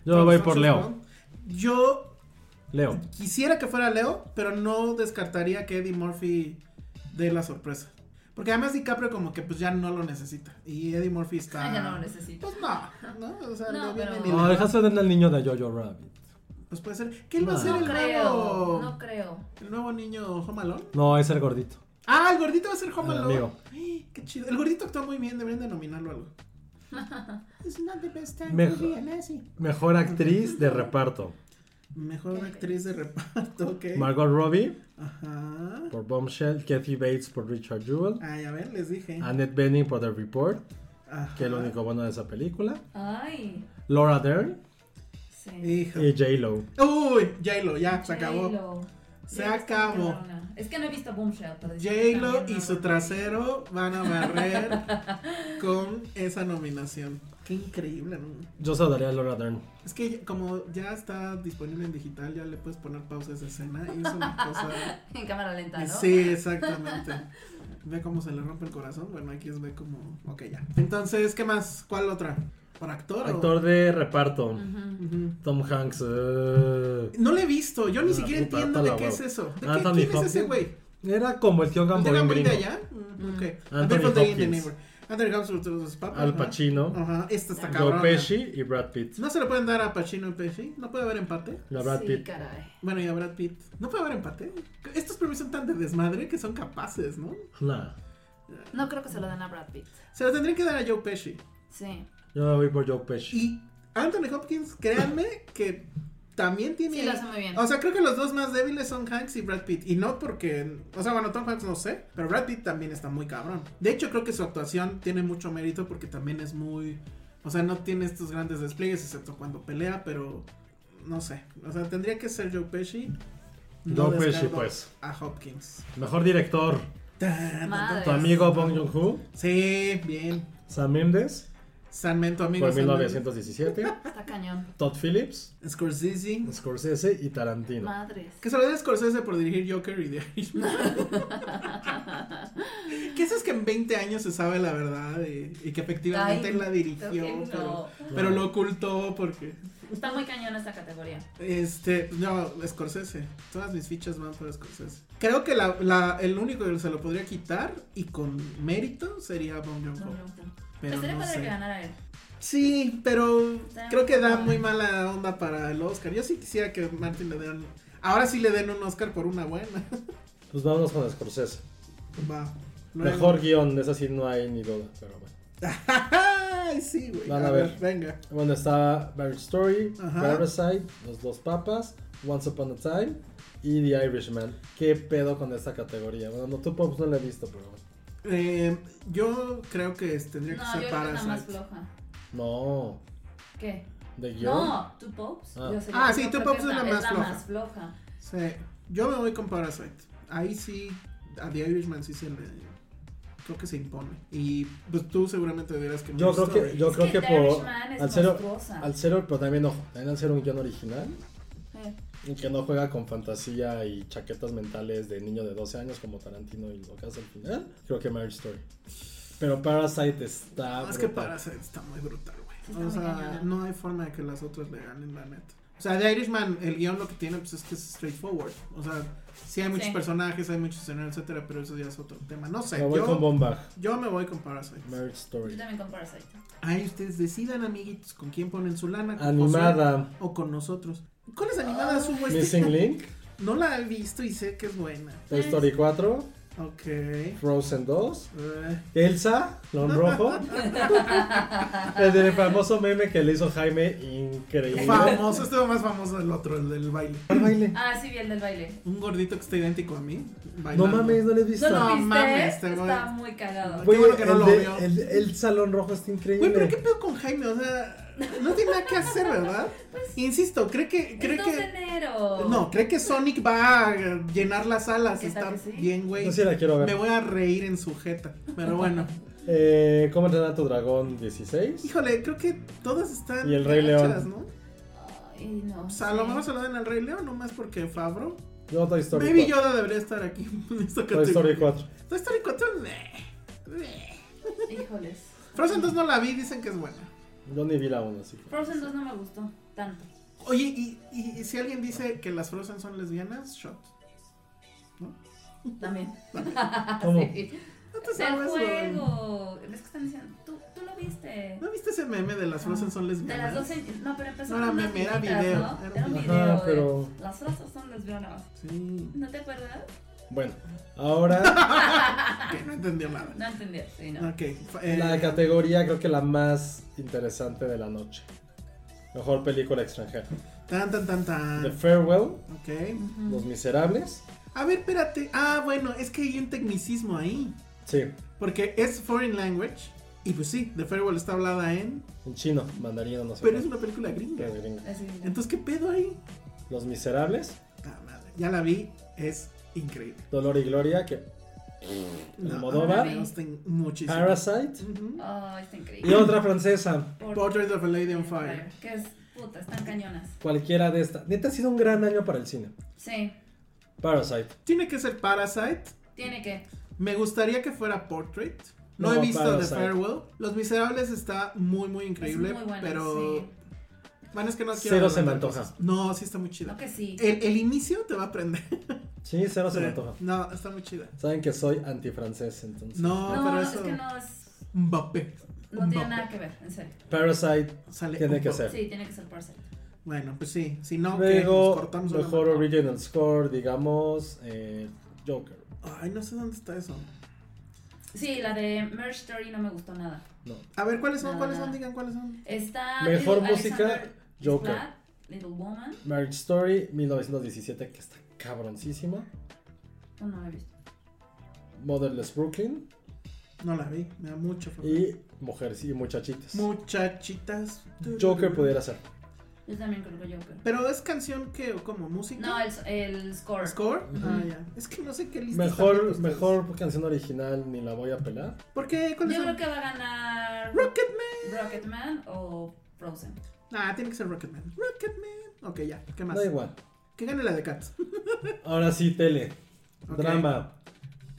C: Yo me voy por
E: talk shows,
C: Leo.
E: ¿no? Yo
C: Leo.
E: quisiera que fuera Leo, pero no descartaría que Eddie Murphy dé la sorpresa. Porque además DiCaprio como que pues ya no lo necesita. Y Eddie Murphy está...
D: Ah, ya no lo necesito.
E: Pues no, no, o sea,
D: No,
E: no viene
D: pero-
E: ni
C: No,
E: Leo.
C: Ah, dejaste de darle al niño de Jojo Rabbit.
E: Pues puede ser... ¿Qué él va a
C: No.
E: ser
D: No
E: el nuevo...
D: creo. No creo.
E: ¿El nuevo niño Home Alone?
C: No, es el gordito.
E: Ah, el gordito va a ser Home
C: El
E: Alone.
C: amigo.
E: Ay, Qué chido. El gordito actúa muy bien, deberían de nominarlo a algo. It's not the best time
C: Mejor-
E: to be an Aussie.
C: Mejor actriz de reparto.
E: Mejor actriz de reparto, ok.
C: Margot Robbie
E: Ajá.
C: por Bombshell, Kathy Bates por Richard Jewell,
E: Ah, ya ven, les dije.
C: Annette Bening por The Report,
E: Ajá.
C: Ah, que es lo único bueno de esa película,
D: Ay.
C: Laura Dern
D: Sí.
E: Hijo.
C: y J-Lo.
E: Uy, J-Lo, ya, se acabó.
D: J-Lo.
E: Se
D: J-Lo está
E: acabó.
D: muy cabrona. Es que no he visto Boomshell. pero dicen que
E: J-Lo
D: también
E: y
D: no-
E: su trasero van a barrer con esa nominación. Qué increíble, ¿no?
C: Yo saludaría a Laura Dern.
E: Es que ya- como ya está disponible en digital, ya le puedes poner pausa a esa escena y es una cosa...
D: En cámara lenta, ¿no?
E: Sí, exactamente. Ve cómo se le rompe el corazón. Bueno, aquí es ve como. Ok, ya. Entonces, ¿qué más? ¿Cuál otra? ¿Por actor? o-
C: Actor de reparto.
E: Ujú.
C: Tom Hanks. eh.
E: No le he visto. Yo ni
C: Ah,
E: siquiera
C: puta,
E: entiendo
C: hasta
E: de
C: la
E: qué
C: huevo. Ah,
E: es eso. ¿De qué,
C: Anthony
E: ¿Quién es ese
C: Hopkins.
E: gül?
C: Era como el tío
E: ¿De la
C: Gamboín
E: Pues muy de
C: gringo.
E: allá? Mm, Ok.
C: Anthony
E: A Beautiful Day in the
C: Hopkins.
E: Neighbor. Anthony Hopkins, sus papas.
C: Al
E: ajá.
C: Pacino,
E: Ajá. Esta está
C: Joe
E: cabrón.
C: Pesci y Brad Pitt.
E: ¿No se le pueden dar a Pacino y Pesci? ¿No puede haber empate?
C: La Brad
D: Sí,
C: Pitt.
D: caray.
E: Bueno, y a Brad Pitt. ¿No puede haber empate? Estos premios son tan de desmadre que son capaces, ¿no?
C: Nah,
D: No creo que se lo den a Brad Pitt.
E: Se lo tendrían que dar a Joe Pesci.
D: Sí.
C: yo me voy por Joe Pesci.
E: Y Anthony Hopkins, créanme que también tiene.
D: Sí, lo hace muy bien.
E: O sea, creo que los dos más débiles son Hanks y Brad Pitt. Y no porque. O sea, bueno, Tom Hanks no sé. Pero Brad Pitt también está muy cabrón. De hecho, creo que su actuación tiene mucho mérito porque también es muy. O sea, no tiene estos grandes despliegues, excepto cuando pelea, pero. No sé. O sea, tendría que ser Joe Pesci.
C: Joe Pesci,
E: descarto
C: pues.
E: A Hopkins.
C: Mejor director.
E: Tan, tan, tan.
D: Madre.
C: Tu amigo Bong Joon-ho,
E: Sí, bien.
C: Sam Mendes,
E: San Men, tu amigo.
C: por
E: San Men.
C: 1917,
D: Está cañón.
C: Todd Phillips,
E: Scorsese.
C: Scorsese y Tarantino.
D: Madres.
E: Que se lo den a Scorsese por dirigir Joker y The Irishman. ¿Qué es que en 20 años se sabe la verdad y, y que efectivamente
D: Ay,
E: él la dirigió,
D: ok,
E: pero,
D: no.
E: pero lo ocultó porque...
D: Está muy cañón esta categoría.
E: Este, no, Scorsese. Todas mis fichas van por Scorsese. Creo que la, la- el único que se lo podría quitar y con mérito sería Bong
D: No,
E: Joon-ho.
D: no, no.
E: Pero
D: Estaría
E: no
D: Pues padre que
E: sé.
D: ganara él.
E: Sí, pero
D: Está
E: creo que da
D: mal.
E: muy mala onda para el Oscar. Yo sí quisiera que Martin le den. Ahora sí le den un Oscar por una buena.
C: Pues vámonos con Scorsese.
E: Va. Luego.
C: Mejor guión, de esa sí no hay ni duda, pero bueno.
E: Ay, sí, güey.
C: Van a
E: a
C: ver.
E: ver. venga.
C: Bueno, está Marriage Story,
E: Ajá.
C: Parasite, Los Dos Papas, Once Upon a Time y The Irishman. ¿Qué pedo con esta categoría? Bueno, no, tú Pops no la he visto, pero bueno.
E: Eh, yo creo que es- tendría que
D: No, yo
E: ser
D: creo que está más
E: Parasite.
D: floja.
C: No,
D: ¿Qué?
C: de guión.
D: No, Two Popes.
C: Ah.
D: Yo sé,
E: Ah,
D: yo
E: sí,
D: creo
E: Two
D: que
E: Popes es la más floja.
D: más floja.
E: Sí. Yo me voy con Parasite. Ahí sí, a The Irishman sí se le. Creo que se impone. Y pues tú seguramente dirás que.
C: Yo creo
E: Marriage
C: que,
E: Story.
C: yo
D: Es
C: creo
D: que
C: que
D: The
C: por.
D: Irishman es
C: Al cero,
D: monstruosa.
C: al cero, pero también ojo, también al cero un guión original
D: Eh,
C: y que no juega con fantasía y chaquetas mentales de niño de 12 años como Tarantino y lo que hace al final. Creo que Marriage Story. Pero Parasite está.
E: No, Ah, es que
C: brutal.
E: Parasite está muy brutal, güey.
D: Sí, está
E: o
D: muy
E: sea,
D: cañona.
E: no hay forma de que las otras le ganen, la neta. O sea, The Irishman, el guión lo que tiene pues, es que es straightforward. O sea, sí hay muchos
D: Sí.
E: personajes, hay muchos escenarios, etcétera, pero eso ya es otro tema. No sé,
C: Me voy
E: yo,
C: con Bombach.
E: yo me voy con Parasite.
C: Marriage
D: Yo
C: Story.
D: también con Parasite.
E: Ahí ustedes decidan, amiguitos, con quién ponen su lana. con
C: Animada. Ah,
E: Josué O con nosotros. ¿Cuál es animada su güey?
C: Missing Link,
E: No la he visto y sé que es buena.
C: Toy Story 4,
E: Ok.
C: Frozen 2,
E: Eh,
C: Elsa, Lon Rojo. el del famoso meme que le hizo Jaime, increíble.
E: famoso, estuvo más famoso el otro, el del baile.
C: ¿Cuál baile?
D: Ah, sí, vi el del baile.
E: Un gordito que está idéntico a mí.
C: No
E: bailando.
C: mames, no le he visto.
D: ¿No lo
E: No
D: viste?
E: mames, te voy-
D: está muy cagado.
C: Güey,
E: Qué bueno que no
C: el
E: lo
C: de-
E: vio.
C: el- el salón rojo está increíble.
E: Güey, pero qué pedo con Jaime, o sea, no tiene nada que hacer, ¿verdad?
D: Pues,
E: Insisto, cree que, cree
D: El 2 de
E: que.
D: enero.
E: No, cree que Sonic va a llenar las alas y
D: ¿Qué
E: está
D: tal que sí?
E: bien, güey.
C: No sé si la quiero ver.
E: Me voy a reír en su jeta. Pero bueno.
C: Eh, ¿Cómo entrenar a tu dragón 16?
E: Híjole, creo que todas están.
C: Y el Rey
E: gachas,
C: León.
E: ¿no?
D: Ay, no.
E: O sea, a lo mejor se lo den al Rey León, nomás porque Fabro.
C: Yo Toy Story
E: Baby
C: 4.
E: Yoda debería estar aquí en esta
C: Toy Story
E: categoría.
C: 4.
E: Toy Story 4. meh, meh.
D: Híjoles.
E: Frozen 2 no la vi, dicen que es buena.
C: Yo ni vi la 1, así que.
D: Frozen 2 no me gustó tanto.
E: Oye, y, y- y si alguien dice que las Frozen son lesbianas, shot.
D: También.
E: Ah,
D: Ah,
C: ¿Cómo?
D: Sí.
E: No te
D: Del
E: sabes, güey.
D: juego. ¿Ves que están diciendo? Tú, tú lo viste.
E: ¿No viste ese meme de las Frozen son
D: De
E: lesbianas?
D: las 12. No, pero empezó
E: No era
D: con unas
E: meme, era
D: niñitas,
E: video,
D: ¿no?
E: era
D: Era un
E: video.
D: video.
C: Ajá,
D: eh.
C: pero-
D: Las razas son lesbianas.
E: Sí.
D: ¿No te acuerdas?
C: Bueno, ahora
E: Que no entendió nada.
D: No entendí. Sí, no.
E: Ok. fa- eh,
C: la categoría creo que la más interesante de la noche. Mejor película extranjera.
E: Tan, tan, tan,
C: The
E: tan.
C: Farewell,
E: Ok.
C: Los Miserables.
E: A ver, espérate. Ah, bueno, es que hay un tecnicismo ahí.
C: Sí,
E: Porque es foreign language. Y pues sí, The Farewell está hablada en.
C: en chino, mandarín, no sé.
E: Pero es
C: cuál.
E: una película gringa.
C: Pero gringo.
D: Así, no.
E: Entonces, ¿qué pedo ahí?
C: Los Miserables,
E: Ah, madre. Ya la vi. Es increíble.
C: Dolor y Gloria, que Almodóvar.
E: ahora me gustan muchísimo.
C: Parasite.
E: Ujú.
D: Oh, está increíble.
C: Y otra francesa,
E: Portrait of a Lady on Fire.
D: Que es puta, están cañonas.
C: cualquiera de estas. Neta ha sido un gran año para el cine.
D: Sí,
C: Parasite.
E: Tiene que ser Parasite.
D: tiene que.
E: Me gustaría que fuera Portrait. No,
C: No,
E: he visto
C: Parasite.
E: The Farewell. Los Miserables está muy, muy increíble.
D: muy buena,
E: pero.
D: sí.
E: Bueno, es que no quiero.
C: Cero se me
E: adelantar
C: antoja.
E: cosas. No, sí está muy chida.
D: No que sí.
E: El, el inicio te va a prender.
C: Sí, cero se me antoja.
E: No, está muy chida.
C: Saben que soy antifrancés, entonces.
E: No,
D: No,
E: pero
D: es
E: eso.
D: que no es.
E: Mbappé.
D: No tiene
E: Mbappé.
D: nada que ver, en serio.
C: Parasite.
E: Sale
C: Tiene que
E: Mbappé.
C: ser.
D: Sí, tiene que ser Parasite.
E: Bueno, pues sí. Si no, que nos
C: Luego,
E: cortamos una
C: mejor
E: mano.
C: original score, digamos, eh, Joker.
E: Ay, no sé dónde está eso.
D: Sí, la de Merge Story no me gustó nada.
C: No.
E: A ver, ¿cuáles son?
D: No,
E: ¿Cuáles
D: no.
E: son? Digan cuáles son.
D: Está.
C: Mejor
D: Little
C: música,
D: Ah, Alexander
C: Joker.
D: Desplat, Little Woman.
C: Marriage Story 1917, que está cabroncísima.
D: No, no la he visto.
C: Motherless Brooklyn.
E: No la vi. Me da mucho. favor.
C: Y mujeres y muchachitas.
E: Muchachitas.
C: Joker pudiera ser.
D: Yo también creo que Joker.
E: Pero es canción que, o como música.
D: No, el, el score.
E: ¿Score? Ah, ya. Es que no sé qué lista están
C: Mejor,
E: viendo ustedes.
C: mejor canción original ni la voy a pelar.
E: ¿Por qué? ¿Cuáles
D: Yo
E: son?
D: creo que va a ganar
E: Rocketman.
D: Rocketman o Frozen.
E: Ah, tiene que ser Rocketman. Rocketman. Ok, ya. ¿Qué más?
C: Da igual.
E: Que gane la de Cats.
C: Ahora sí, tele.
E: Ok.
C: Drama.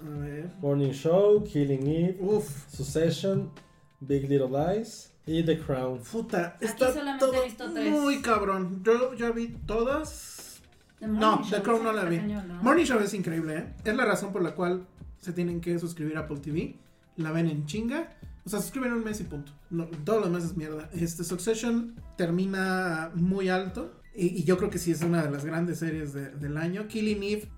E: A ver.
C: Morning Show, Killing Eve,
E: Uf.
C: Succession, Big Little Lies y The Crown.
E: Puta.
D: Aquí
E: Está
D: solamente he
E: todo
D: visto tres.
E: muy cabrón. Yo, yo vi todas.
D: The
E: No,
D: Morning
E: The
D: Show
E: Crown
D: sí
E: no la
D: está
E: vi.
D: cañón, ¿no?
E: Morning Show es increíble, ¿eh? Es la razón por la cual se tienen que suscribir a Apple TV. La ven en chinga. O sea, suscriben un mes y punto. No, todos los meses mierda. Este Succession termina muy alto. Y, y yo creo que sí es una de las grandes series de- del año. Killing Eve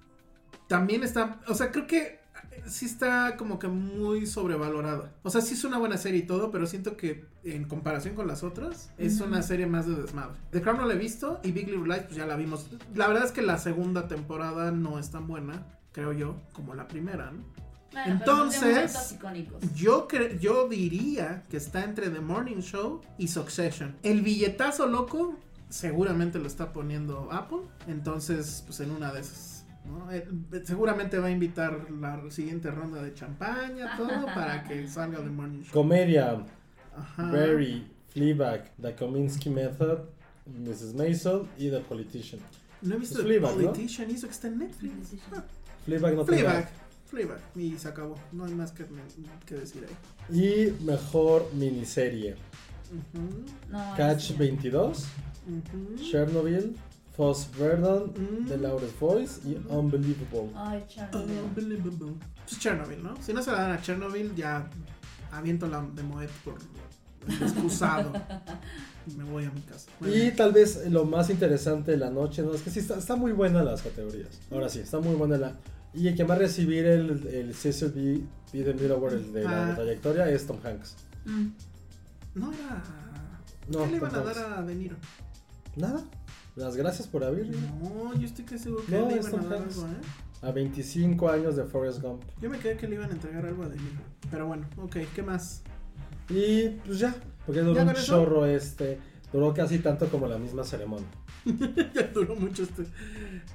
E: también está. O sea, creo que sí está como que muy sobrevalorada. O sea, sí es una buena serie y todo, pero siento que en comparación con las otras, es una serie más de desmadre. The Crown no la he visto y Big Little Lies pues ya la vimos. La verdad es que la segunda temporada no es tan buena, creo yo, como la primera, ¿no?
D: Bueno, pero son de
E: Entonces-
D: momentos icónicos.
E: Yo, cre- yo diría que está entre The Morning Show y Succession. El billetazo loco seguramente lo está poniendo Apple. Entonces, pues en una de esas. ¿no? Eh, eh, Seguramente va a invitar la siguiente ronda de champaña, todo, para que salga The Morning Show.
C: Comedia,
E: Ajá.
C: Barry, Fleabag, The Kominsky Method, Mrs. Maisel y The Politician.
E: No he visto
C: Es pues
E: The
C: Fleabag, ¿no?
E: Politician, y eso que está en Netflix. Ah,
C: Fleabag no te
E: Fleabag.
C: va.
E: Fleabag. Y se acabó. No hay más que, que decir ahí.
C: Y mejor miniserie,
E: Ujú,
D: No,
C: Catch
D: no.
C: 22,
E: ujú.
C: Chernobyl, Foss Verdon,
E: Mm.
C: The Loudest Voice y Unbelievable.
D: Ay, Charlie.
E: Unbelievable. Es Pues Chernobyl, ¿no? Si no se la dan a Chernobyl, ya aviento la de Moet por el excusado. Y me voy a mi casa.
C: Y
E: Bueno,
C: tal vez lo más interesante de la noche, ¿no? Es que sí, está, está muy buena las categorías. Ahora sí, está muy buena la... Y el que va a recibir el, el Cecil B. B. de Mirror, el de la
E: Ah.
C: trayectoria, es Tom Hanks.
D: Mm.
E: No era.
C: No,
E: ¿Qué le iban a
C: Tom
E: dar
C: Hanks.
E: a De Niro?
C: Nada. Las gracias por haber.
E: No, yo estoy casi seguro que
C: No,
E: le
C: es
E: iban a
C: Tom
E: dar
C: Hanks.
E: algo, ¿eh?
C: A 25 años de Forrest Gump.
E: Yo me quedé que le iban a entregar algo a De Niro. Pero bueno, ok, ¿qué más?
C: Y pues ya, porque duró
E: ¿Ya
C: un
E: con eso?
C: chorro este. Duró casi tanto como la misma ceremonia.
E: ya duró mucho este.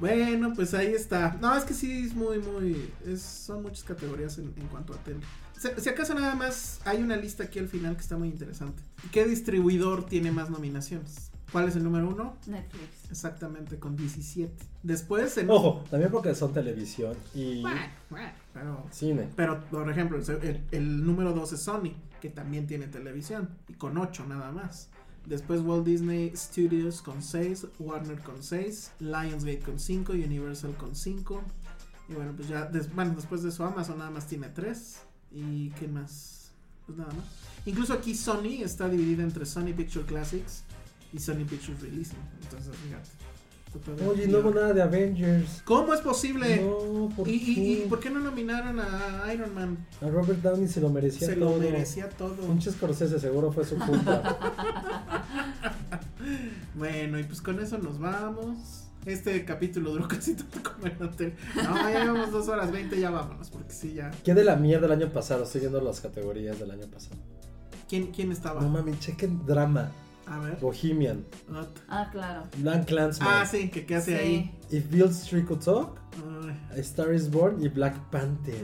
E: Bueno, pues ahí está. No, es que sí es muy, muy. es- son muchas categorías en, en cuanto a tele. Se- Si acaso nada más hay una lista aquí al final que está muy interesante. ¿Qué distribuidor tiene más nominaciones? ¿Cuál es el número uno?
D: Netflix.
E: Exactamente, con 17. Después en.
C: Ojo, también porque son televisión y
E: Bueno, bueno, Pero,
C: cine.
E: pero, por ejemplo, el, el- el número dos es Sony, que también tiene televisión, y con 8 nada más. Después Walt Disney Studios con 6, Warner con 6, Lionsgate con 5, Universal con 5. Y bueno, pues ya, des- bueno, después de eso Amazon nada más tiene 3. ¿Y qué más? Pues nada más. Incluso aquí Sony está dividida entre Sony Picture Classics y Sony Pictures Releasing. Entonces, fíjate. Está todavía
C: Oye, no
E: peor.
C: hubo nada de Avengers.
E: ¿Cómo es posible?
C: No, ¿por
E: ¿Y, y,
C: qué?
E: y por qué no nominaron a Iron Man?
C: A Robert Downey se lo merecía
E: Se
C: todo.
E: lo merecía todo.
C: Pinche Scorsese, seguro fue su culpa.
E: Bueno, y pues con eso nos vamos. Este capítulo duró casi tanto como el anterior. No, ya llevamos dos horas 20, ya vámonos, porque sí, ya.
C: ¿Qué de la mierda el año pasado? Estoy viendo las categorías del año pasado.
E: ¿Quién, quién estaba?
C: No mames, chequen drama.
E: A ver.
C: Bohemian,
E: Ot-
D: Ah, claro.
C: Blank Clansman,
E: Ah, sí, que qué hace
D: Sí.
E: ahí.
C: If Bill Street Could Talk,
E: Ay,
C: A Star is Born y Black Panther.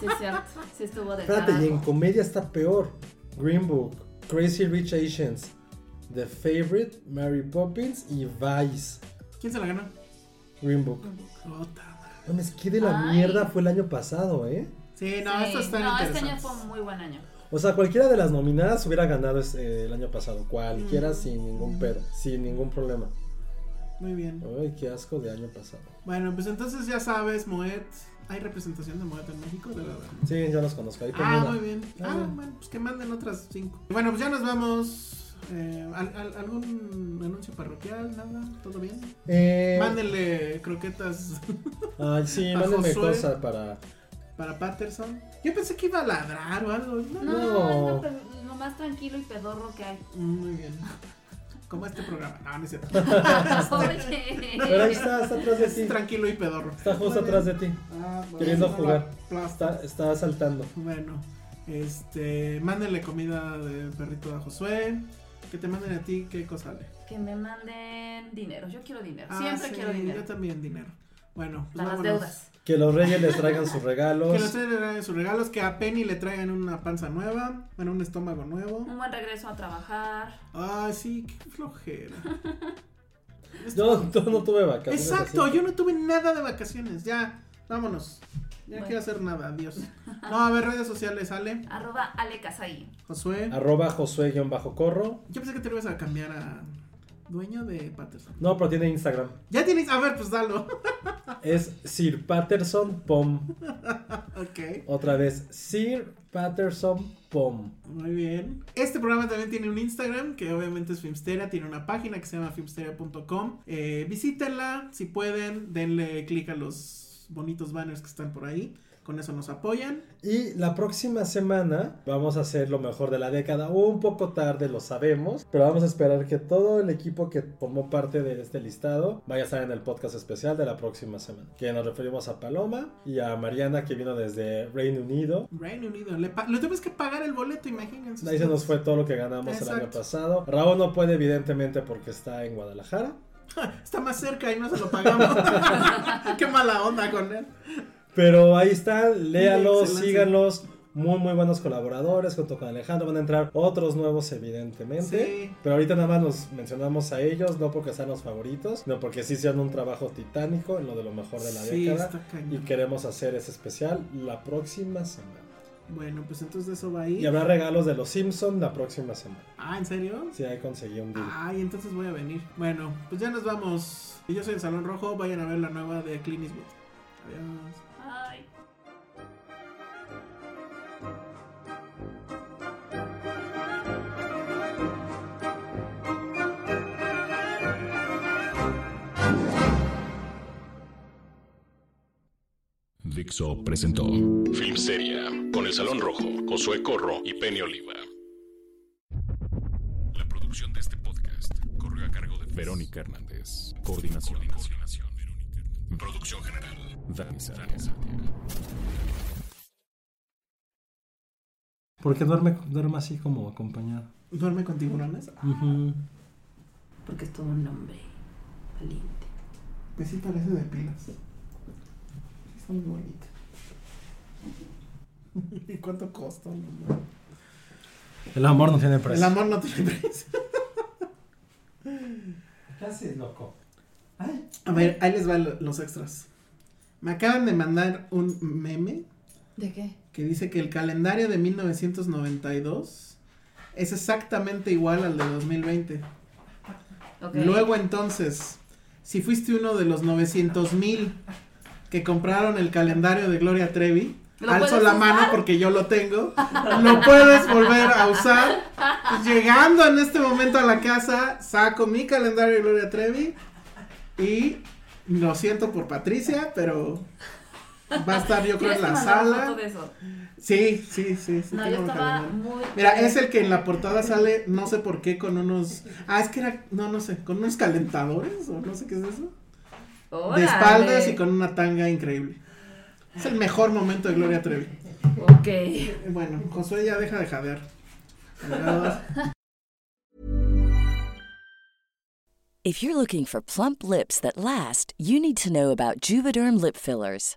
D: Sí, es cierto. Sí estuvo de
C: Espérate, y en
D: carajo.
C: comedia está peor. Green Book, Crazy Rich Asians, The Favorite, Mary Poppins y Vice.
E: ¿Quién se la ganó?
C: Green Book.
E: Ota.
C: Mames, qué de la
D: Ay.
C: mierda fue el año pasado, ¿eh?
E: Sí, no,
D: Sí.
E: estas están
D: No, este año
E: interesantes.
D: fue un muy buen año.
C: O sea, cualquiera de las nominadas hubiera ganado ese- el año pasado. Cualquiera sin ningún pedo, sin ningún problema.
E: Muy bien.
C: Ay, qué asco de año pasado.
E: Bueno, pues entonces ya sabes, Moet. ¿Hay representación de Moet en México? De verdad.
C: Sí, yo los conozco. Ahí tengo
E: Ah,
C: una.
E: muy bien. Ah,
C: Ah.
E: bueno, pues que manden otras cinco. Bueno, pues ya nos vamos. Eh, ¿al- al- ¿Algún anuncio parroquial? ¿Nada? ¿Todo bien?
C: Eh,
E: Mándenle croquetas
C: Ay, sí,
E: A
C: mándenme
E: Josué. Eh,
C: cosas para.
E: para Patterson. Yo pensé que iba a ladrar o algo.
D: No,
E: ¿no?
C: No.
D: es lo pe- lo más tranquilo y pedorro que hay.
E: Muy bien. Como este programa. No, no es cierto.
C: Pero ahí
D: Oye.
C: está, está atrás de
E: Es
C: ti.
E: tranquilo y pedorro.
C: Está justo atrás de ti.
E: Ah, bueno,
C: Queriendo
E: no,
C: jugar.
E: plasta.
C: Está, está saltando.
E: Bueno, este, mándenle comida de perrito a Josué. Que te manden a ti, ¿qué cosa le?
D: Que me manden dinero. Yo quiero dinero.
E: Ah,
D: Siempre
E: sí,
D: quiero dinero.
E: Yo también dinero. Bueno, pues
D: Para las
E: vámonos.
D: deudas.
C: Que los reyes les traigan sus regalos.
E: Que los tres le traigan sus regalos, que a Penny le traigan una panza nueva, bueno, un estómago nuevo.
D: Un buen regreso a trabajar.
E: Ah, sí, qué flojera.
C: Yo, yo no tuve vacaciones.
E: Exacto,
C: así.
E: yo no tuve nada de vacaciones, ya, vámonos. Ya
D: Bueno.
E: quiero hacer nada, adiós. No, a ver, redes sociales, Ale,
D: Arroba Ale Casai.
E: Josué.
C: Arroba Josué-Corro.
E: Yo pensé que te lo ibas a cambiar a dueño de Patterson.
C: No, pero tiene Instagram.
E: Ya tienes, a ver, pues dalo.
C: Es Sir Patterson Pom.
E: ok,
C: Otra vez, Sir Patterson Pom.
E: muy bien. Este programa también tiene un Instagram, que obviamente es Filmsteria, tiene una página que se llama filmsteria.com. Eh, visítenla, si pueden, denle clic a los bonitos banners que están por ahí. Con eso nos apoyan.
C: Y la próxima semana vamos a hacer lo mejor de la década. Un poco tarde, lo sabemos. Pero vamos a esperar que todo el equipo que formó parte de este listado vaya a estar en el podcast especial de la próxima semana. Que nos referimos a Paloma y a Mariana que vino desde Reino Unido.
E: Reino Unido, le, pa- le tuvimos que pagar el boleto, imagínense.
C: Ahí se nos fue todo lo que ganamos el año
E: Exacto.
C: pasado. Raúl no puede, evidentemente, porque está en Guadalajara.
E: Está más cerca y no se lo pagamos. Qué mala onda con él.
C: Pero ahí están, léalos,
E: Excelente.
C: síganlos. Muy, muy buenos colaboradores junto con Alejandro. Van a entrar otros nuevos, evidentemente.
E: Sí.
C: Pero ahorita nada más nos mencionamos a ellos, no porque sean los favoritos, sino porque sí hicieron un trabajo titánico en lo de lo mejor de la
E: Sí,
C: década.
E: está
C: Y
E: cañón.
C: queremos hacer ese especial la próxima semana.
E: Bueno, pues entonces eso va
C: Y
E: ahí.
C: habrá regalos de los Simpsons la próxima semana.
E: Ah, ¿en serio?
C: Si ahí conseguí un deal.
E: Ay, entonces voy a venir. Bueno, pues ya nos vamos. Yo soy el Salón Rojo. Vayan a ver la nueva de Clint Eastwood. Adiós.
D: Ay.
B: Dixo presentó Film Seria con El Salón Rojo, Josué Corro y Penny Oliva. La producción de este podcast corrió a cargo de Verónica Hernández. Coordinación. Verónica Hernández. Producción general. Dani Sánchez.
C: ¿Por qué duerme, duerme así como acompañado?
E: ¿Duerme con tiburones?
D: Porque es todo un hombre valiente.
E: Pues sí, parece de pilas. Está muy bonito. ¿Y cuánto costó?
C: El amor no tiene precio.
E: El amor no tiene precio.
C: ¿Qué haces, loco?
E: A ver, ahí les van lo- los extras. Me acaban de mandar un meme
D: ¿De qué?
E: que dice que el calendario de 1992 es exactamente igual al de 2020.
D: Ok.
E: Luego entonces, si fuiste uno de los 900 mil que compraron el calendario de Gloria Trevi,
D: ¿Lo
E: alzo
D: puedes
E: la mano
D: usar?
E: porque yo lo tengo, lo puedes volver a usar. Llegando en este momento a la casa, saco mi calendario de Gloria Trevi y lo siento por Patricia, pero va a estar yo creo
D: ¿Quieres
E: en
D: que
E: la
D: mandara una
E: sala.
D: foto de eso?
E: Sí, sí, sí. sí
D: No,
E: tengo
D: yo
E: mi
D: estaba
E: calendario.
D: muy.
E: Mira, es el que en la portada sale, no sé por qué, con unos. Ah, es que era. No, no sé, con unos calentadores o no sé qué es eso. De
D: Órale.
E: espaldas y con una tanga increíble. Es el mejor momento de Gloria Trevi.
D: Ok.
E: Eh, Bueno, Josué ya deja de jadear. Adiós.
G: If you're looking for plump lips that last, you need to know about Juvederm lip fillers.